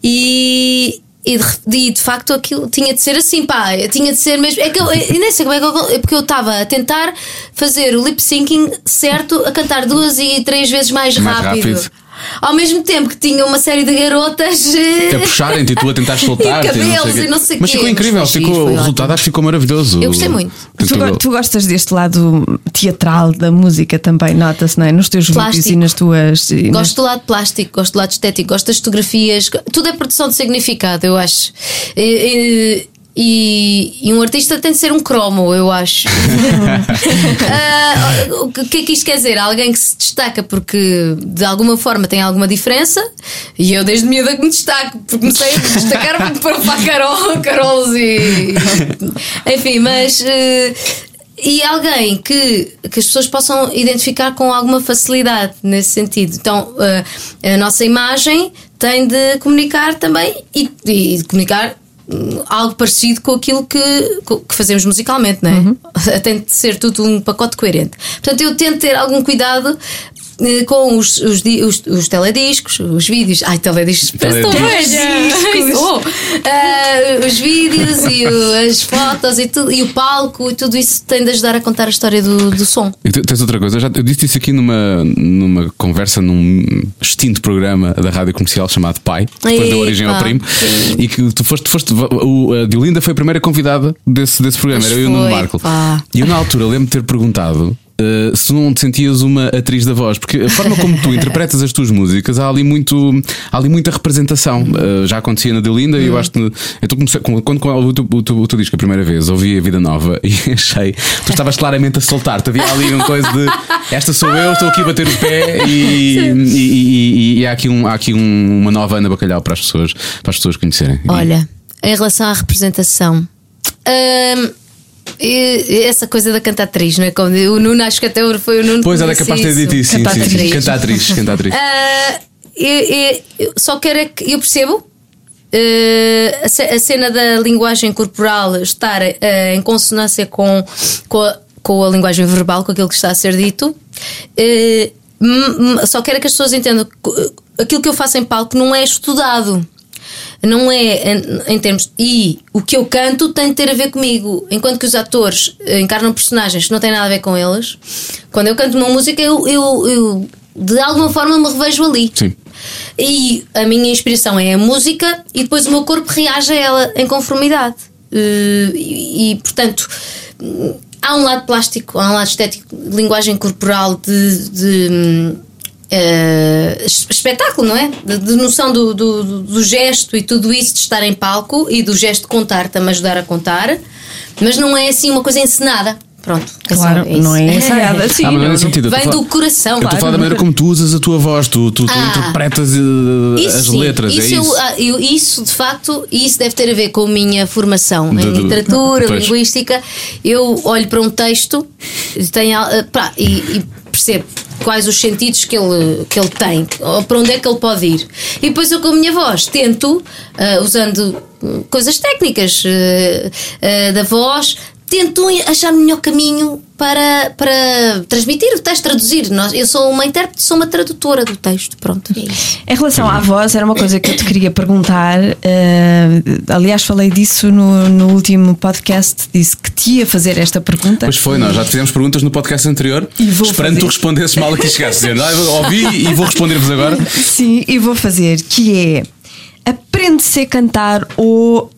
E, e, de, re- e de facto aquilo tinha de ser assim, pá, tinha de ser mesmo. É que eu, eu nem sei como é que eu, é porque eu estava a tentar fazer o lip syncing certo, a cantar duas e três vezes mais,
Mais rápido.
Ao mesmo tempo que tinha uma série de garotas.
A puxarem-te e é tipo, tu a tentar soltar-te.
E cabelos
o quê.
e não sei
Mas
quê.
ficou incrível,
Mas foi
ficou,
giro,
o
foi
resultado
ótimo.
acho que ficou maravilhoso. Tipo,
Eu gostei muito.
Portanto,
Tu, go-
eu-
tu gostas deste lado teatral da música também, nota-se, não é? Nos teus vídeos
Plástico.
e nas tuas. e nas-
Gosto do lado plástico, gosto do lado estético, gosto das fotografias, go- tudo é produção de significado, eu acho. E, e- e um artista tem de ser um cromo, eu acho. Ah, o que o que é que isto quer dizer? Alguém que se destaca porque de alguma forma tem alguma diferença e eu desde miúda que me destaco, porque comecei a destacar-me para, para a Carol, Carolos e. Enfim, mas. eh, e alguém que, que as pessoas possam identificar com alguma facilidade nesse sentido. Então, eh, a nossa imagem tem de comunicar também e, e de comunicar hum, algo parecido com aquilo que, co- que fazemos musicalmente, não é? Tem de ser tudo um pacote coerente. Portanto, eu tento ter algum cuidado. eh, Com os, os, di- os, os telediscos, os vídeos. Ai, telediscos, parece tão
Telediscos.
bem. Oh, ah, os vídeos e o- as fotos e, tudo, e o palco e tudo isso tem de ajudar a contar a história do, do som.
E tu- Tens outra coisa, eu, já, eu disse isso aqui numa, numa conversa num extinto programa da rádio comercial chamado Pai, que depois deu
Epa.
origem ao primo, e que tu foste, foste o, a Diolinda foi a primeira convidada desse, desse programa,
Pois
era eu e o Nuno
foi,
Marco.
pá.
E eu na altura lembro de ter perguntado. eh, se não te sentias uma atriz da voz, porque a forma como tu interpretas as tuas músicas há ali, muito, há ali muita representação. Eh, já acontecia na Delinda
Uhum.
e eu acho que. Então comecei, quando, quando o, teu, o, teu, o teu disco a primeira vez, ouvi a Vida Nova e achei. Tu estavas claramente a soltar-te. Havia ali uma coisa de esta sou eu, estou aqui a bater o pé e, e, e- e- e há aqui, um, há aqui um- uma nova Ana Bacalhau para as pessoas, para as pessoas conhecerem. E-
Olha, em relação à representação, hum, e- e essa coisa da cantatriz, não é? Como, o Nuno, acho que até foi o Nuno que
Pois ela é
disse
capaz de ter dito isso, sim, sim, sim.
Cantatriz.
Cantatriz, cantatriz.
Ah, e- e- eu só quero é que eu percebo eh, a, ce- a cena da linguagem corporal estar eh, em consonância com, com, a, com a linguagem verbal, com aquilo que está a ser dito, eh, Hum, hum, Só quero que as pessoas entendam que aquilo que eu faço em palco não é estudado. Não é em- em termos. E o que eu canto tem de ter a ver comigo. Enquanto que os atores eh, encarnam personagens que não têm nada a ver com eles, quando eu canto uma música, eu, eu, eu de alguma forma me revejo ali.
Sim.
E a minha inspiração é a música e depois o meu corpo reage a ela em conformidade. Eh, E, e, portanto, hum, há um lado plástico, há um lado estético, de linguagem corporal, de. de, hum, eh, es- espetáculo, não é? De, de noção do, do- do- do gesto e tudo isso de estar em palco e do gesto de contar, também ajudar a contar, mas não é assim uma coisa encenada. Pronto, é só
Claro,
isso.
não é ensaiada. Sim,
Ah, mas não é
não-
nesse sentido. eu
Vem
estou a
do coração,
Eu estou a
claro.
falar da maneira como tu usas a tua voz, tu, tu, tu
Ah.
interpretas eh,
Isso
as
sim,
letras, é
eu-
isso.
ah, eu- isso, de facto, isso deve ter a ver com a minha formação
De-
em
de-
literatura,
pois.
linguística. Eu olho para um texto e tenho, ah, pá, e, e percebo quais os sentidos que ele, que ele tem, ou para onde é que ele pode ir. E depois eu, com a minha voz, tento, ah, usando hum, coisas técnicas ah, ah, da voz, tento achar o melhor caminho para, para transmitir o texto, traduzir. Nós- Eu sou uma intérprete, sou uma tradutora do texto. Pronto, é isso.
Em relação à voz, era uma coisa que eu te queria perguntar. eh, aliás, falei disso no, no último podcast, disse que te ia fazer esta pergunta.
Pois foi, nós já te fizemos perguntas no podcast anterior,
E vou
esperando
fazer.
tu respondesses mal aqui chegasse, dizendo, ah, eu ouvi e vou responder-vos agora.
Sim, e vou fazer, que é aprende-se a cantar ou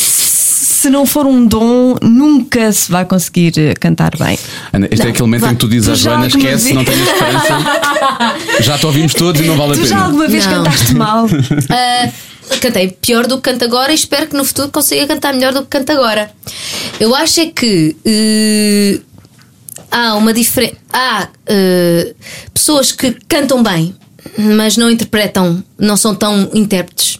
se não for um dom, nunca se vai conseguir eh, cantar bem.
Ana, este é aquele momento
vá.
em que tu dizes
Tu
à
já
Joana,
alguma
esquece,
vez-
não tenho esperança, já te ouvimos todos e não vale a
tu
pena.
já alguma vez
Não.
cantaste mal?
Ah, cantei pior do que canto agora e espero que no futuro consiga cantar melhor do que canto agora. Eu acho é que eh, há uma diferença. Há eh, pessoas que cantam bem, mas não interpretam, não são tão intérpretes.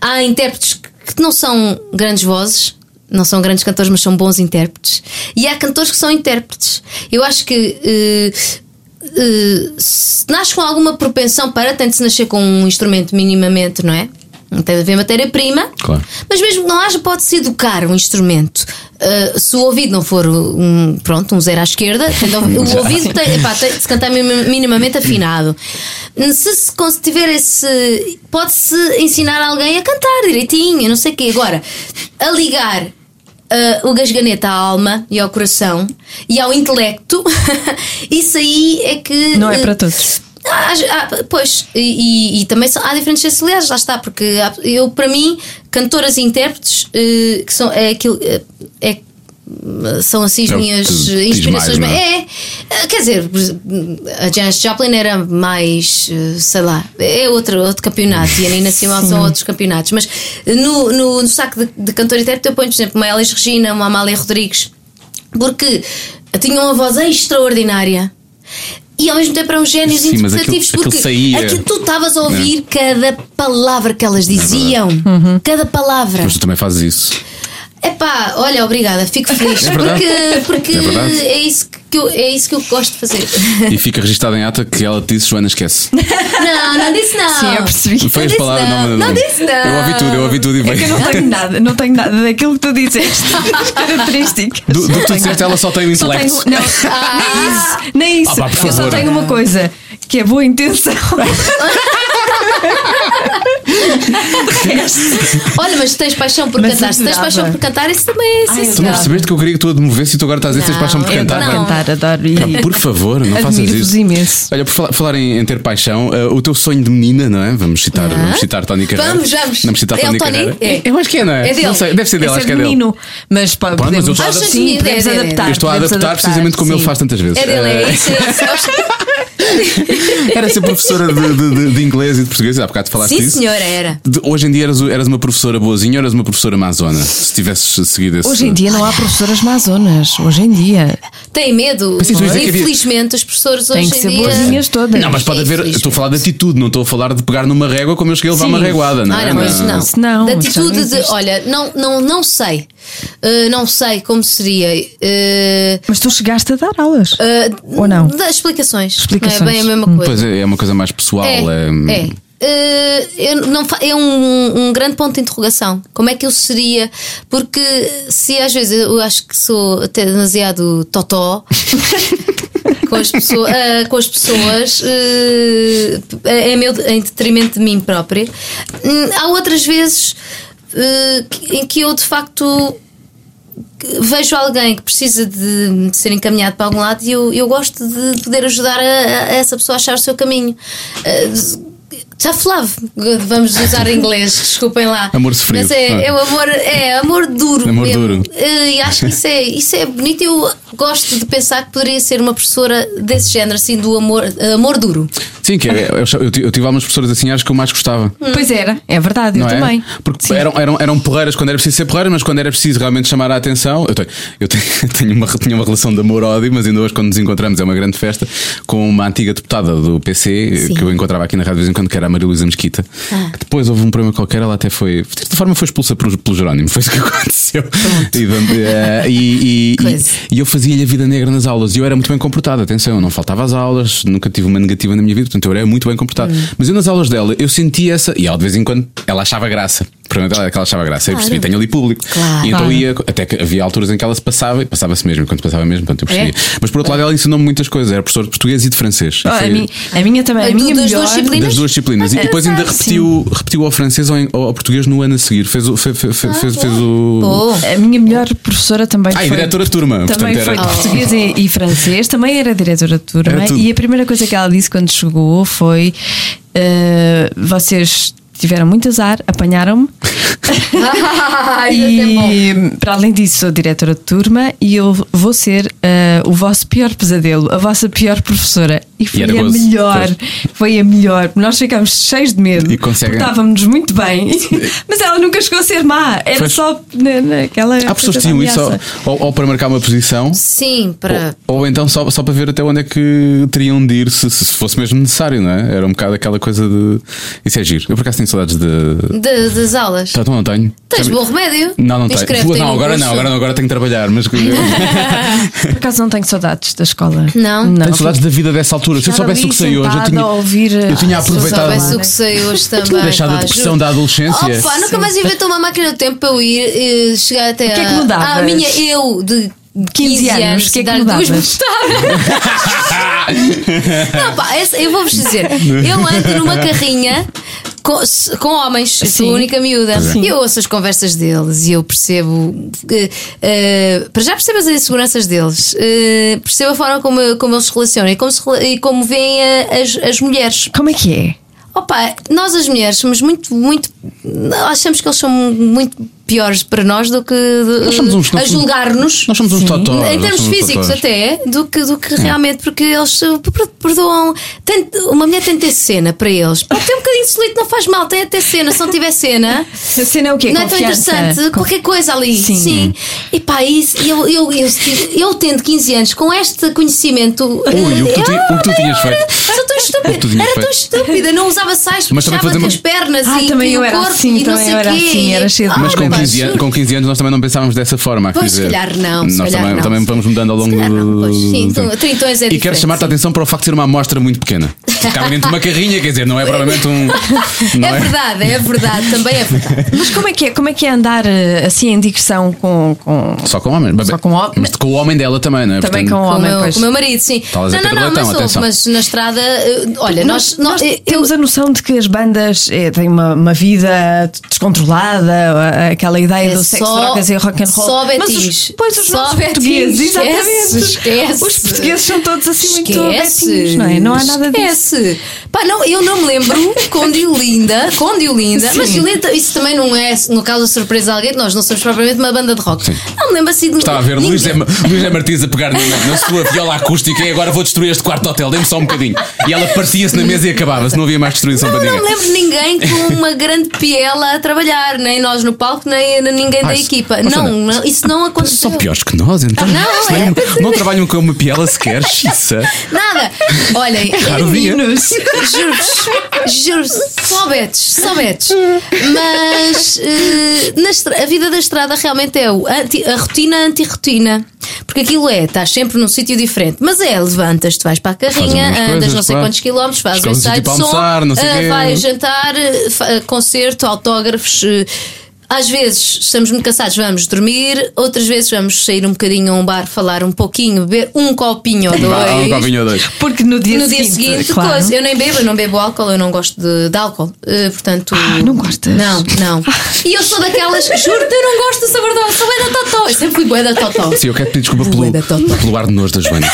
Há intérpretes que não são grandes vozes. Não são grandes cantores, mas são bons intérpretes. E há cantores que são intérpretes. Eu acho que eh, Uh, se nasce com alguma propensão para, tem de se nascer com um instrumento minimamente, não é? Tem de haver matéria-prima.
Claro.
Mas mesmo que não haja, pode-se educar um instrumento. Uh, se o ouvido não for um, pronto, um zero à esquerda, então o ouvido tem, epá, tem de se cantar minim- minimamente afinado. Se se cons- tiver esse. Pode-se ensinar alguém a cantar direitinho, não sei o quê. Agora, a ligar ah, o gasganeta à alma e ao coração e ao intelecto, isso aí é que.
Não é para todos.
Ah, ah, pois, e, e- e também são- há diferentes sensibilidades, lá está, porque há- eu, para mim, cantoras e intérpretes, eh, que são, é aquilo, eh, é, são assim as
É o que
minhas
te diz
inspirações.
mais, não é?
é, eh, quer dizer, por exemplo, a Janis Joplin era mais, eh, sei lá, é outro, outro campeonato, e a Nina Simão são outros campeonatos, mas no, no, no saco de, de cantor e intérprete eu ponho, por exemplo, uma Elis Regina, uma Amália Rodrigues, porque tinham uma voz extraordinária. E ao mesmo tempo eram gênios
Sim, mas
interpretativos
aquilo-
porque
aquilo saía. É.
aquilo tu estavas a ouvir cada palavra que elas diziam.
Uhum.
Cada palavra.
Mas tu também fazes isso.
Epá, olha, obrigada, fico feliz.
É verdade.
porque porque
É verdade.
é, isso que eu, é isso que eu gosto de fazer.
E fica registado em ata que ela te disse, Joana, esquece.
Não, não disse não.
Sim, eu percebi.
Foi as
disse
palavras,
não,
me-
não disse não.
Eu ouvi tudo, eu ouvi tudo e
É que eu não
bem.
tenho nada, não tenho nada daquilo que tu disseste, das características.
Do, do
Não
que tu
tenho
disseste,
nada.
ela só tem o
Só
intelecto.
tenho, um- não, Ah. nem isso, nem isso.
Ah, pá, por
eu só
favor.
tenho uma coisa, que é boa intenção.
Olha, mas tens paixão por
Mas
cantar. Se tens
adorava.
paixão por cantar, isso também é
Ai,
isso.
Tu não percebeste que eu queria que tu a demovesse e tu agora estás a dizer que tens paixão por
Não, eu
cantar?
não.
pá.
É Cantar, adoro. E
Pá, Por favor, não faças
Admiro-vos
isso.
imenso.
Olha, por falar, falar em, em ter paixão, eh, o teu sonho de menina, não é? Vamos citar,
Ah.
vamos citar Tony Carreira.
Vamos, vamos.
Vamos citar
É o
Tony
Tony?
Carreira.
É.
Eu acho que é, não é?
É dele.
Não sei, deve ser dele,
Esse
acho que
é
é
de
dele.
menino, mas pá,
Pronto, mas eu
podemos,
estou a adaptar.
sim,
Achas que
podemos
é dele?
adaptar.
Eu estou a
podemos
adaptar, precisamente como
sim.
ele faz tantas vezes.
É dele, é isso, é isso. Eu acho que-
Eh, Era ser professora de, de- de- de inglês e de português, há bocado falaste
Sim,
disso.
senhora, era.
De- hoje em dia eras, eras uma professora boazinha ou eras uma professora amazona? Se tivesses seguido esse.
Hoje em dia não há professoras mazonas. Hoje em dia.
Tem medo.
Mas isso não é que havia-
Infelizmente, os professores
Têm
hoje
que
em
ser
dia.
boazinhas todas.
Não, mas pode haver.
Infelizmente.
Estou a falar de atitude, não estou a falar de pegar numa régua como eu cheguei a levar
Sim.
uma reguada, não é?
Ah, não, isso não.
Isso não,
da
isso já não
atitude de,
existe.
olha, não, não, não sei. Uh, não sei como seria. uh,
Mas tu chegaste a dar aulas.
uh,
Ou não?
Das explicações.
Explicações.
Hum,
Não é bem a mesma coisa.
Pois é, é uma coisa mais pessoal.
é,
é-
é. eh, eu não fa- é um, um grande ponto de interrogação. Como é que eu seria? Porque se às vezes eu acho que sou até demasiado totó. Com as, pessoa- ah, com as pessoas eh, é meu, em detrimento de mim própria. Hum, Há outras vezes eh, que- em que eu de facto vejo alguém que precisa de ser encaminhado para algum lado e eu, eu gosto de poder ajudar a, a essa pessoa a achar o seu caminho. Ah, Já falava, vamos usar em inglês, desculpem lá.
Amor sofrido,
Mas é,
não é?
é o amor, é amor duro.
Amor
mesmo.
duro.
Eh, E acho que isso é, isso é bonito. Eu gosto de pensar que poderia ser uma professora desse género, assim, do amor, amor duro.
Sim, que eu, eu- eu ti- eu tive algumas professoras assim, acho que eu mais gostava.
Pois era, é verdade,
Não
eu
é?
também.
Porque
Sim.
eram, eram, eram porreiras quando era preciso ser porreiras, mas quando era preciso realmente chamar a atenção. Eu, tenho, eu tenho, tenho uma, tinha uma relação de amor-ódio, mas ainda hoje, quando nos encontramos, é uma grande festa, com uma antiga deputada do PC,
Sim.
que eu encontrava aqui na rádio de vez em quando, que era a Maria Luísa Mesquita.
Ah.
Que depois houve um problema qualquer, ela até foi. De certa forma, foi expulsa por- pelo, Jerónimo, foi isso que aconteceu. E, eh, e- e-
Coisa.
e eu fazia-lhe a vida negra nas aulas e eu era muito bem comportado, atenção, eu não faltava às aulas, nunca tive uma negativa na minha vida, portanto eu era muito bem comportado. Mas eu nas aulas dela, eu sentia essa. E ela de vez em quando, ela achava graça. O problema dela era que ela achava graça. Eu
Claro.
percebi, tenho ali público.
Claro.
E então
Claro.
ia, até que havia alturas em que ela se passava e passava-se mesmo, quando passava mesmo, portanto eu percebia.
É?
Mas por outro lado, ela ensinou-me muitas coisas, era professor de português e de francês. E
Oh,
foi-
a, minha, a minha também. A
Do-
minha
das
melhor,
duas disciplinas?
das duas disciplinas. E
Ah,
depois ainda
sim.
repetiu, repetiu ao francês ou, em- ou ao português no ano a seguir. Fez, o- fe- fe- fe- fez, fez o.
Bom.
A minha melhor professora também
Ah,
foi.
e diretora de turma.
Também
portanto, era-
foi de português e, e francês, também era diretora de turma.
Era tudo.
E a primeira coisa que ela disse quando chegou foi: eh, vocês tiveram muito azar, apanharam-me.
é
e para além disso, sou diretora de turma e eu vou ser eh, o vosso pior pesadelo, a vossa pior professora. E foi
era
a
gozo.
melhor, foi a melhor. Nós ficámos cheios de medo,
E conseguem-
portávamos-nos muito bem, mas ela nunca chegou a ser má, era
Pois.
só na, naquela.
É
Há pessoas
coisa
que
da
tinham isso
ameaça.
ou, ou- ou para marcar uma posição.
Sim, para.
Ou, ou então só, só para ver até onde é que teriam de ir se, se fosse mesmo necessário, não é? Era um bocado aquela coisa de. Isso é giro. Eu por acaso tenho saudades de.
de- das aulas.
Tá, não tenho.
Tens
Sabe-
bom remédio?
Não, não
Inscreve-te
tenho.
em
Não,
um
agora não,
curso.
agora não, agora tenho que trabalhar, mas.
Por acaso não tenho saudades da escola.
Não?
não.
tenho saudades da vida dessa altura. Se eu
Estar
soubesse o que
ali
sei hoje, eu
sentada
tinha.
a ouvir
eu tinha
as pessoas
ah, Se eu
aproveitado.
soubesse o que sei hoje também.
deixado a
pá,
depressão
juro.
da adolescência.
Oh, pá, nunca
Sim.
mais inventou uma máquina do tempo para eu ir eh, chegar até
que é que
à-
mudavas?
à minha eu de 15
anos,
anos,
o que é que
dar duas
mudavas?
bofetadas. Não, pá, essa- eu vou-vos dizer, eu ando numa carrinha. Com, s- com homens, eu sou
Sim.
a única miúda.
é.
Sim.
E eu ouço as conversas deles e eu percebo. que, eh, para já percebo as inseguranças deles, eh, percebo a forma como, como eles se relacionam e como, se rela- e como veem eh, as- as mulheres.
Como é que é?
Opa, nós as mulheres somos muito, muito. Achamos que eles são muito piores para nós do que. do-
Nós somos uns-
a
nós somos-
julgar-nos.
Nós somos uns totós.
Em
nós
termos
somos
físicos,
totós.
até, do que, do que realmente, porque eles eh, per- perdoam. Tem, uma mulher tem de ter cena para eles. Pode ter um bocadinho de solito, não faz mal, tem até cena. Se não tiver cena,
A cena é o quê?
não é tão
Confiança. Con-
interessante. Qualquer coisa ali.
Sim.
Sim. E pá, isso, eu, eu, eu, eu tendo 15 anos com este conhecimento.
Ui, o que tu, ti- o que tu tinhas feito?
Sou tão
É tudo
estúpida.
bem
Era tão
feito.
estúpida. Não usava saias,
Mas também
puxava
fazer
com
uma-
as pernas
Ah,
e
também
que
eu
o
era
corpo
assim,
e não
também
sei
eu era
quê.
assim, era cheia de
Mas com
Ora,
15, anos, com 15 anos nós também não pensávamos dessa forma. quer
Ah, Pois, se
dizer.
calhar não, se
Nós
calhar
também,
não.
também vamos mudando ao
Se
longo
calhar não,
do.
pois, sim,
do
então,
tempo.
30 anos é
e quero
diferente,
chamar-te a
sim.
atenção para o facto de ser uma amostra muito pequena. Cabe dentro de uma carrinha, quer dizer, não é provavelmente um. Não
É verdade, é verdade, também é verdade.
Mas como é que é? Como é que é andar eh, assim em digressão com. com...
Só com homens.
Só com homens.
Mas com o homem dela também, não é?
Também
Portanto,
com
Com o
Um homem,
meu,
pois.
com o meu marido, sim.
Estavas a
não, não,
ter
não,
batom,
mas, houve,
atenção.
mas na estrada, eh, olha, nós, nós, eu-
é, temos a noção de que as bandas eh, têm uma, uma vida descontrolada, a- a- aquela ideia
É
do sexo,
só-
drogas e rock and roll.
só
Mas os-
betinhos.
Pois os
Só
nossos
betinhos,
portugueses,
esquece,
exatamente.
esquece.
Os portugueses são todos assim muito
Esquece.
betinhos, não é? Não há nada disso.
Esquece. Pá, não, eu não me lembro com Diolinda, com Diolinda, mas Diolinda, isso também não é, no caso da surpresa a alguém, nós não somos propriamente uma banda de rock. Não me lembro assim de
Estava a ver Luís
ninguém.
é, Luís é Martins a pegar na, na sua viola acústica e agora vou destruir este quarto de hotel, dê-me só um bocadinho. E ela partia-se na mesa e acabava-se, não havia mais destruição
Não,
para
não me
ninguém.
lembro de ninguém com uma grande piela a trabalhar, nem nós no palco, nem nem ninguém da
Ai, se-
equipa.
Nossa,
Não, não, isso não
São
aconteceu.
piores que nós, então.
Não,
Se
é-
lembram? não trabalham com uma piela sequer, xiça.
Nada. Olhem,
É Raro dia.
meninos, Juro-vos, juro-vos, só betes, só betes. Mas eh, na estra- a vida da estrada realmente é o anti- a rotina anti-rotina. Porque aquilo é, estás sempre num sítio diferente. Mas é, levantas-te, vais para a carrinha,
umas
andas
coisas,
não sei
claro.
quantos quilómetros, fazes um
Escolhes um
ensaio de
tipo
som,
almoçar, não sei
ah,
quê.
vais jantar, eh, fa- eh, concerto, autógrafos. eh, Às vezes estamos muito cansados, vamos dormir, outras vezes vamos sair um bocadinho a um bar, falar um pouquinho, beber um copinho ou dois.
Vá, um copinho ou dois.
Porque no dia
no dia
seguinte,
seguinte,
claro.
coisa. Eu nem bebo, eu não bebo álcool, eu não gosto de, de álcool. Eh, portanto.
Ah, não gostas?
Não, não. E eu sou daquelas, juro-te, eu não gosto do sabor do álcool, sou bué da Totó. Eu sempre fui bué da Totó.
Sim, eu quero pedir desculpa
Bué da
pelo,
Totó.
pelo ar de nojo da Joana.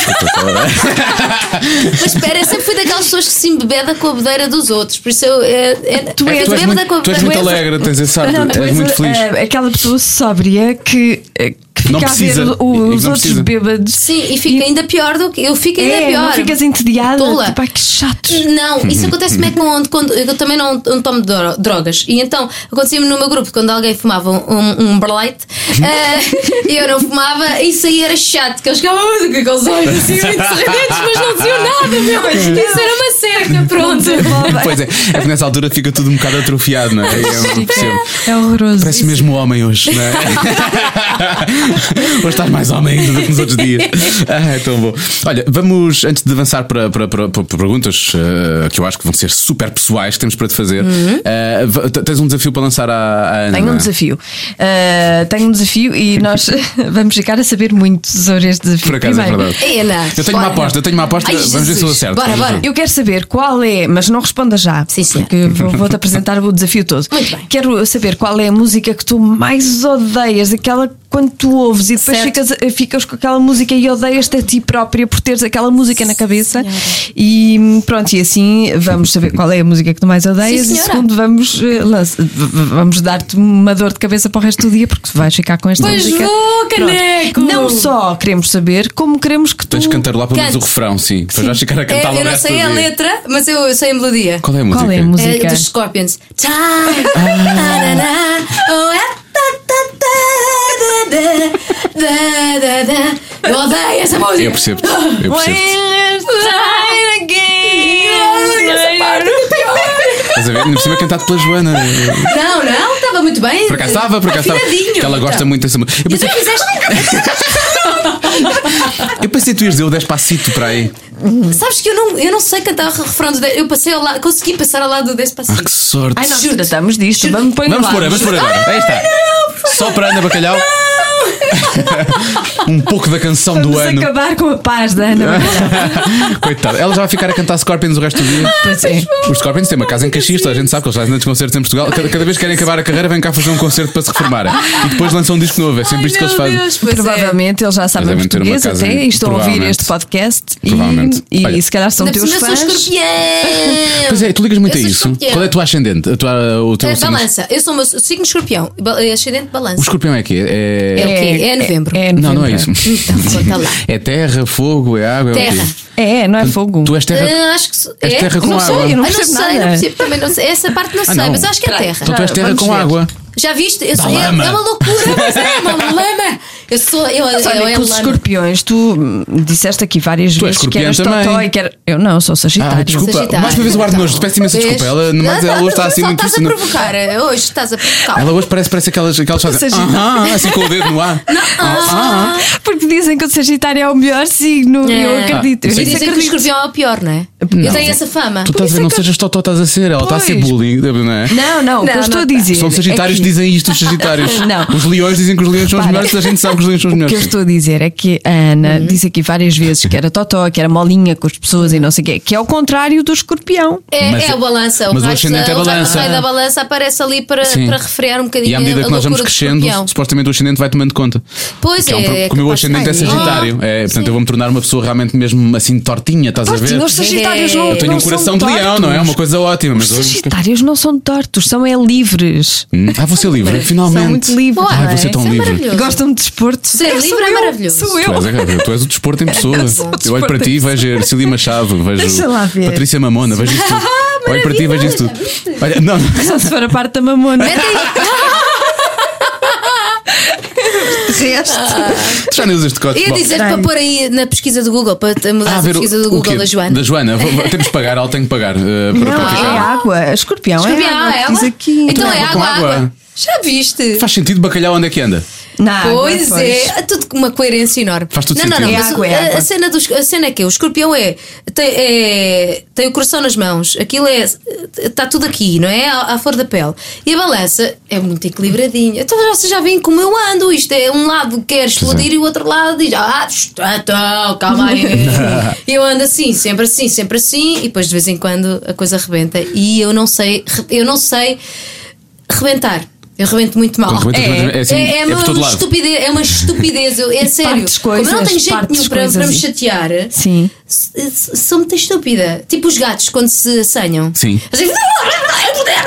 Mas espera, eu sempre fui daquelas pessoas que se embebeda com a bedeira dos outros. Por isso eu. É, é,
Tu és-
tu, és
bêbada
muito, tu és muito alegre, tens esse ar,
Não, tu
és muito feliz.
eh, aquela pessoa sóbria que, eh, que fica
Não
a
precisa,
ver o-
e- e não
os outros
precisa.
bêbados.
Sim, e fica ainda pior do que. Eu fico ainda
é,
pior.
não ficas entediada.
Tola.
Tipo, ai, que chato.
Não,
Uhum.
isso acontece-me é quando, quando eu também não, não tomo dro- drogas. E então acontecia-me no meu grupo quando alguém fumava um, um Berlite eh, e eu não fumava, isso aí era chato, que eles ficavam "Ah, com aqueles olhos assim muito sorridentes, mas não diziam nada, meu.
é.
Isso era uma cerca, pronto.
Pois é, é que nessa altura fica tudo um bocado atrofiado, não é? Eu percebo.
É horroroso.
Parece mesmo homem hoje, não é? hoje estás mais homem ainda do que nos outros dias. Ah, é tão bom. Olha, vamos, antes de avançar para, para- para- para perguntas eh, que eu acho que vão ser super pessoais que temos para te fazer, eh, va- t- tens um desafio para lançar à, à Ana.
Uhum. Tenho
não
um
é?
desafio. Uh, tenho um desafio e nós vamos ficar a saber muito sobre este desafio.
Por acaso, é
Primeiro,
verdade.
Ana,
Eu tenho uma
bora.
aposta, eu tenho uma aposta,
Ai,
vamos ver se eu
Jesus.
acerto.
Bora,
Vamos ver.
bora.
Eu quero saber qual é, mas não responda já.
Sim, senhora.
Porque vou- vou-te apresentar o desafio todo.
Muito bem.
Quero saber qual é a música que tu mais odeias, aquela quando tu ouves e depois
Certo.
ficas, eh, ficas com aquela música e odeias-te a ti própria por teres aquela música na cabeça. E pronto, e assim vamos saber qual é a música que tu mais odeias
Sim,
e
senhora.
segundo vamos, eh, lança- v- v- vamos dar-te uma dor de cabeça para o resto do dia porque vais ficar com esta
Pois
música.
vou,
Pronto.
caneco!
Não só queremos saber, como queremos que tu.
Tens de cantar lá pelo menos o
Cante.
refrão, sim. Para já ficar a
É,
cantar lá
eu não sei a letra, mas eu, eu sei a melodia.
Qual é a música?
Qual é a música? Ah.
É, dos Scorpions. Time. Ta-da-da. Oh, é ta-ta-ta-da-da. Da-da-da. Eu odeio essa música.
Eu percebo. Eu
é?
percebo.
Time
Ai, essa parte
again.
é pior.
Estás a ver? Ainda por cima é cantado pela Joana. né?
Não, não, estava muito bem.
Por acaso estava, por acaso estava.
Afinadinho.
Que Ela gosta muito dessa música. Eu
E tu
pensei,
fizeste.
eu pensei que tu ias dizer o despacito para aí.
Sabes que eu não, eu não sei cantar o refrão do. Eu passei ao lado, consegui passar ao lado do
Ah,
Despacito.
que sorte.
Ai, nós
Juro-te.
tratamos disto.
Juro-te.
Vamos pôr
vamos
lá.
pôr, é vamos pôr agora. Aí está. Só para Ana Bacalhau. Um pouco da canção do
Vamos
ano.
acabar com a paz da Ana.
Coitada. Ela já vai ficar a cantar Scorpions o resto do dia.
Pois é.
Os Scorpions têm uma casa em Caxias, toda a gente sabe que eles fazem tantos concertos em Portugal. Cada, cada vez que querem acabar a carreira, vêm cá fazer um concerto para se reformarem. E depois lançam um disco novo. É sempre
Ai,
isto que eles
meu
fazem.
Deus, pois é.
Provavelmente eles já sabem
devem ter é, uma
português
casa
até
em-
e estão a ouvir
provavelmente.
este podcast. e-
Provavelmente.
E,
Olha.
se calhar são
Ainda por
teus
cima sou
fãs. É,
escorpião.
Pois é, tu ligas muito
Eu
a
sou
isso.
escorpião.
Qual é a tua ascendente? A tua, o teu
É,
signo?
balança. Eu sou o meu signo escorpião. Ba- é Ascendente
O
balança.
escorpião é quê?
É o
É.
quê? É novembro.
É,
Não, não é
novembro.
isso.
Então, conta lá.
É terra, fogo, é água, é o
Terra.
quê?
É, não é fogo.
Tu és terra.
Ah, acho que sou-
És
é?
terra com
não
água.
Sei,
Eu não
Ah,
percebo
sei,
nada.
não percebo também, não sei. Essa parte não
Ah,
sei,
não.
mas acho que é terra.
Então tu és
Já,
terra
vamos
com
ver.
água.
Já viste? Eu sou-
Da
é, é
lama.
uma loucura, mas é uma lama. Eu sou. Eu, eu,
Olha,
eu,
que
é
os
lama.
escorpiões, tu hum, disseste aqui
Tu
várias
és
vezes que
escorpião
eras
também.
totó e que era... Eu não, sou sagitário.
Ah, desculpa.
Sagitário.
Mais uma vez o ar de nojo. Peço imensa desculpa. Ela, numa-
Não,
ela hoje está assim
só
muito
Estás a
não-
provocar. é, Hoje estás a provocar.
Ela hoje parece, parece aquelas, aquelas fazem.
Sagitário.
"Ah, ah", assim com o dedo no ar.
Ah,
Porque dizem que o sagitário é o melhor signo.
É.
Eu acredito.
Ah,
eu
sim.
E
isso
dizem que o
acredito.
escorpião é o pior, não é? Eu tenho essa fama.
Tu estás a ver,
isso é
não
que-
sejas totó, estás a ser. Ela está a ser
Pois.
bullying, não é?
Não, não, o que
Não,
eu estou
não
a
tá.
dizer.
São os sagitários
é
que dizem isto, os sagitários.
Não.
Os leões dizem que os leões são os
Para.
melhores, a gente sabe que os leões são os
O que eu
melhores.
estou a dizer é que a Ana
Uhum.
disse aqui várias vezes que era totó, que era molinha com as pessoas e não sei o quê, que é o contrário do escorpião.
É,
Mas-
é a balança.
mas o
raio
ascendente é
da-
a
o raio-
balança.
O raio da balança aparece ali para,
Sim.
para refrear um bocadinho
E à medida
a
que nós vamos
loucura do
crescendo,
escorpião.
supostamente o ascendente vai tomando conta.
Pois
Que é
é.
um pro-
é
como o meu
capaz de Oh,
ascendente é
estar.
sagitário. É, portanto, eu vou-me tornar uma pessoa realmente mesmo assim tortinha, estás a ver?
Tortinho, os sagitários não
Eu tenho
não
um coração de
são
leão, não é? É
tortos.
Uma coisa ótima. Mas
Os
hoje.
sagitários não são tortos, são é livres.
Hum, Ah, vou ser livre, finalmente.
São muito livres.
Boa,
Ai,
não
vou
é?
ser tão
Isso é
livre.
maravilhoso.
Gostam de desporto.
Ser
Eu
livre
sou
é
eu,
maravilhoso.
Sou eu.
Tu és, a- tu és o desporto em pessoa.
sou o
Eu olho para ti e vejo Ercília Machado, vejo
Deixa lá ver.
Patrícia Mamona, vejo isto tudo.
Ah,
olho para ti e vejo isto tudo. Olha, não,
É
Só se for a parte da mamona.
Mete aí.
resto.
Tu já nem usas decote.
Eu ia
Bom.
dizer
Bem.
para pôr aí na pesquisa do Google, para te- mudar
Ah,
a
ver o-
pesquisa do
o
Google
quê?
da Joana.
Da Joana. Vou- Temos de pagar, ela tem que pagar eh, para
Não,
praticar.
é água. Escorpião, é
Escorpião,
água.
é
que Diz
água?
aqui.
Então
Tem água
é água,
com
água.
água.
Já viste?
Faz sentido bacalhau onde é que anda?
Na água,
Pois, é, é tudo com uma coerência enorme.
Faz tudo
não, não,
sentido.
não,
É
mas
água, é
a- a,
água.
cena dos, a cena é que o escorpião é tem, é- tem o coração nas mãos, aquilo é. está tudo aqui, não é? À, à flor da pele. E a balança é muito equilibradinha. Então já- vocês já veem como eu ando, isto é um lado quer
é.
explodir e o outro lado diz, ah, então, calma aí. E eu ando assim, sempre assim, sempre assim, e depois de vez em quando a coisa rebenta. E eu não sei, eu não sei rebentar. Eu rebento muito mal.
Quando rebenta, rebenta,
é,
é assim,
é,
é
uma,
por todo lado.
estupidez, é uma estupidez. Eu- é sério.
partes
Como eu não
coisas,
tenho jeito
partes
nenhum para, para me
coisas.
chatear,
Sim.
s- s- sou muito estúpida. Tipo os gatos quando se assanham.
Sim.
Assim,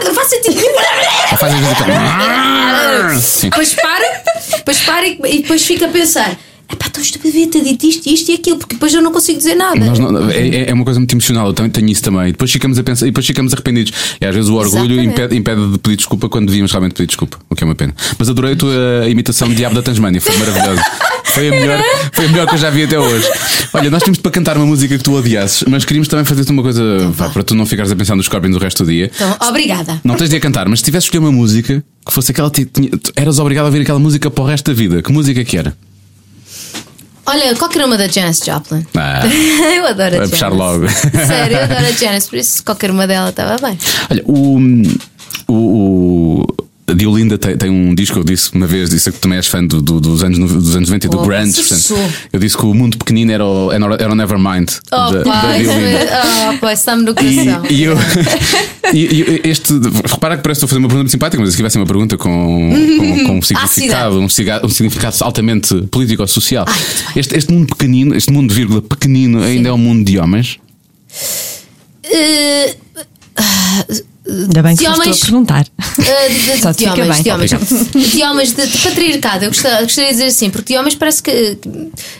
não faz sentido. é
Ou faz às vezes aquele- Ah, Sim.
Depois para, depois para e, e depois fica a pensar. Epá, tão estúpido devia ter dito isto, isto e aquilo, porque depois eu não consigo dizer nada.
Nós não- é, é- é uma coisa muito emocional, eu também tenho isso também. E depois ficamos a pensar, e depois ficamos arrependidos. E às vezes o orgulho
Exatamente.
impede, impede de pedir desculpa quando devíamos realmente pedir desculpa, o que é uma pena. Mas adorei a tua imitação de Diabo da Tasmânia, foi maravilhosa. Foi a, melhor, foi a melhor que eu já vi até hoje. Olha, nós tínhamos para cantar uma música que tu odiasses, mas queríamos também fazer-te uma coisa pá, para tu não ficares a pensar nos Scorpions o resto do dia.
Então, obrigada.
Não tens de a cantar, mas se tivesse escolher uma música que fosse aquela. que Tinha, tu eras obrigado a ouvir aquela música para o resto da vida. Que música que era?
Olha, qualquer uma da Janis Joplin.
Ah,
eu adoro a
Vai
Janis.
puxar logo.
Sério, eu adoro a Janis, por isso qualquer uma dela estava bem.
olha, o. o, o a Diolinda tem, tem um disco, eu disse uma vez, disse que também és fã do- do- dos, anos, no- dos anos 90 e do
Oh,
Grunge.
sou,
portanto,
sou.
eu disse que o mundo pequenino era o, era o Nevermind
Oh,
da, da
pai,
Diolinda.
oh, pai, está-me no
E,
coração.
e eu. e- e eu- este. Repara que parece que estou a fazer uma pergunta muito simpática, mas se tivesse uma pergunta com, com, com
Ah,
um significado, um, siga- um significado altamente político ou social. Este, este mundo pequenino, este mundo vírgula pequenino, ainda é um mundo de homens.
Eh,
Ainda bem que
Se
foste tu
homens-
a perguntar.
eh, de- de-
Só te
de
fica
homens,
bem.
de homens, de homens, de, de patriarcado. Eu gosta- eu gostaria, de dizer assim, porque de homens parece que.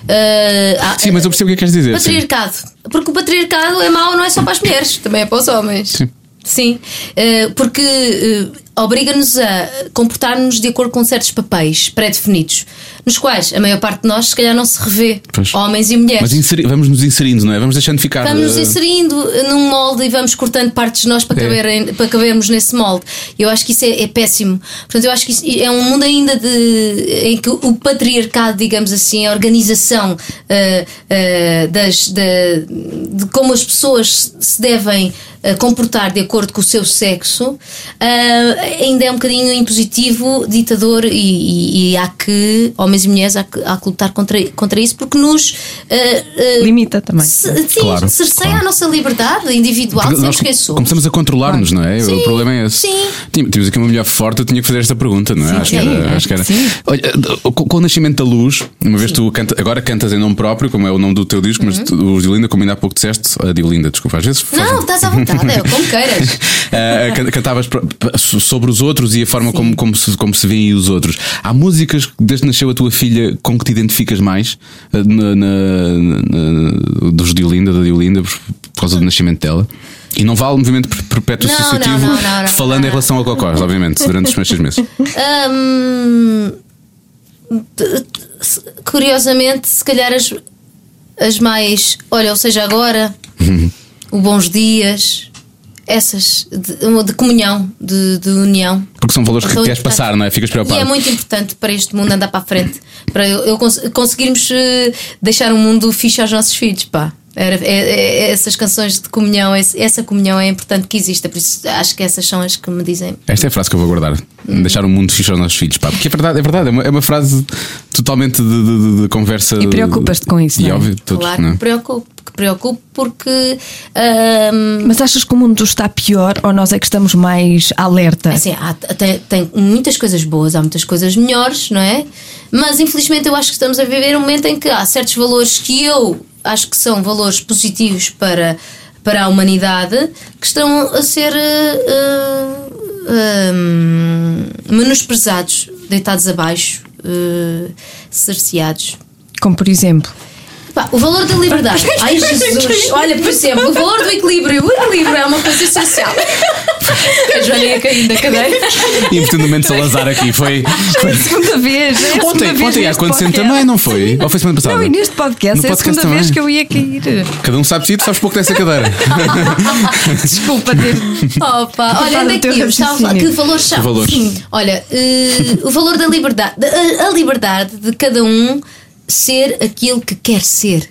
eh, há-
Sim, mas eu percebo o que é que queres dizer. sim.
Patriarcado. Porque o patriarcado é mau não é só para as mulheres, também é para os homens.
Sim.
Sim. Eh, porque eh, obriga-nos a comportar-nos de acordo com certos papéis pré-definidos, nos quais a maior parte de nós, se calhar, não se revê.
Pois.
Homens e mulheres.
Mas inseri- vamos nos inserindo, não é? Vamos deixando ficar.
É Vamos nos
eh,
inserindo num molde e vamos cortando partes de nós para,
É.
caberem- para cabermos nesse molde. Eu acho que isso é, é péssimo. Portanto, eu acho que isso é um mundo ainda de, em que o patriarcado, digamos assim, a organização ah, ah, das, da- de como as pessoas se devem ah, comportar de acordo com o seu sexo ah, ainda é um bocadinho impositivo, ditador e, e- e há que, homens e mulheres, há que, há que lutar contra, contra isso porque nos ah, ah,
Limita também.
se- Sim,
Claro,
cerceia
claro.
a nossa liberdade individual,
Porque
sabemos
nós
quem somos.
começamos a controlar-nos, não é? o problema é esse.
sim.
Tinha- Tínhamos aqui uma mulher forte, eu tinha que fazer esta pergunta, não é? acho, que
sim,
era,
acho
acho que era.
que sim.
Olha, eh, com, com o nascimento da luz, uma vez tu canta, agora cantas em nome próprio, como é o nome do teu disco, mas tu, o Diolinda, como ainda há pouco disseste, a Diolinda, desculpa, às vezes.
Uhum. Não, estás à vontade, é como queiras.
Ah, can- cantavas pro- so- sobre os outros e a forma como, como, se, como se veem os outros. Há músicas que, desde que nasceu a tua filha com que te identificas mais ah, na, na- na- dos Diolinda, da Diolinda, por, por causa do nascimento dela? E não vale o movimento per- perpétuo
Não, não,
associativo
não, não, não,
falando
não,
em relação ao Cocós, obviamente, durante os meus seis meses.
Hum, t- t- se- curiosamente, se calhar as, as mais. Olha, ou seja, agora,
Uhum.
o Bons Dias, essas de, uma de comunhão, de, de união.
Porque são valores que
São
queres
importantes.
passar, não é? Ficas
Então, E
preocupado.
é muito importante para este mundo andar para a frente, para eu, eu cons- conseguirmos eh, deixar um mundo fixe aos nossos filhos, pá. Era- é- é- essas canções de comunhão, esse- essa comunhão é importante que exista, por isso acho que essas são as que me dizem.
Esta é a frase que eu vou guardar.
Uhum.
Deixar o mundo fixe aos nossos filhos, pá. Porque é verdade, é verdade. É uma, é uma frase totalmente de, de- de- de conversa.
E preocupas-te com isso,
E
não é?
óbvio, todos,
claro,
não
que
é?
preocupo, que preocupo porque ahm,
Mas achas que o mundo está pior ou nós é que estamos mais alerta?
assim, há- tem, tem muitas coisas boas, há muitas coisas melhores, não é? Mas infelizmente eu acho que estamos a viver um momento em que há certos valores que eu acho que são valores positivos para, para a humanidade que estão a ser eh, eh, hum, menosprezados, deitados abaixo, eh, cerceados.
Como por exemplo,
Pá, o valor da liberdade. Ai, Jesus. Olha, por exemplo, o valor do equilíbrio. O equilíbrio é uma coisa essencial. A Joana ia caindo da cadeira.
Infelizmente Salazar aqui foi.
É a segunda vez. é a segunda
Ontem,
vez
ontem
neste
aconteceu
podcast.
também, não foi? Ou foi semana passada?
Não, e neste podcast
No
é a
podcast
segunda vez
também.
que eu ia cair.
Cada um sabe de si, tu sabes pouco dessa cadeira.
Desculpa ter.
Opa, olha,
Fala
onde é
do teu
que eu estava a falar?
raciocínio.
Que valores são?
Que valores?
Sim. Olha, eh, o valor da liberdade. da- eh, A, a liberdade de cada um ser aquilo que quer ser.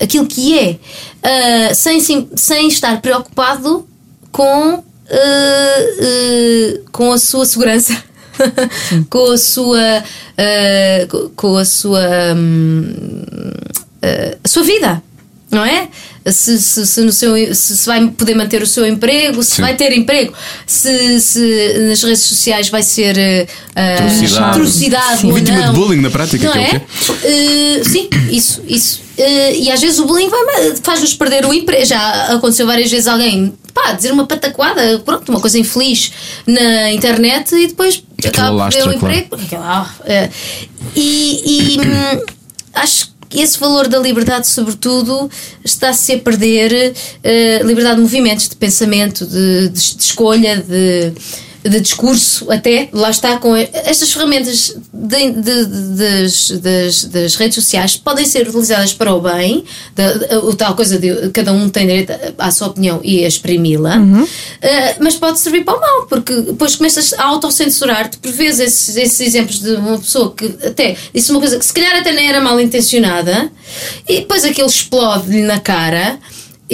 Aquilo que é. Ah, sem, sim- sem estar preocupado com, eh, eh, com a sua segurança. com a sua. ah, co- com a sua. hum, a sua vida, não é? Se, se, se no seu, se, se vai poder manter o seu emprego, se
Sim.
vai ter emprego, se, se nas redes sociais vai ser eh, ah,
Atrocidade.
atrocidade
Sim.
ou
Vítima de
não.
bullying na prática,
não
que é o
é?
quê?
Eh, sim, isso, isso. Eh, e às vezes o bullying vai- faz-nos perder o emprego. Já aconteceu várias vezes alguém pá, dizer uma pataquada, pronto, uma coisa infeliz na internet e depois
Aquilo
acaba por
alastra,
perder o
claro.
emprego. Porque aquilo, ah, eh, e e, hum, acho que esse valor da liberdade, sobretudo, está-se a perder eh, liberdade de movimentos, de pensamento, de, de- de escolha, de, de discurso, até. Lá está com e- estas ferramentas de- de- de- das, das- das redes sociais podem ser utilizadas para o bem, da- da- o tal coisa de cada um tem direito à sua opinião e a exprimi-la, eh, mas pode servir para o mal, porque depois começas a autocensurar-te, por vezes esses, esses exemplos de uma pessoa que até disse uma coisa que se calhar até nem era mal intencionada, e depois aquilo explode-lhe na cara.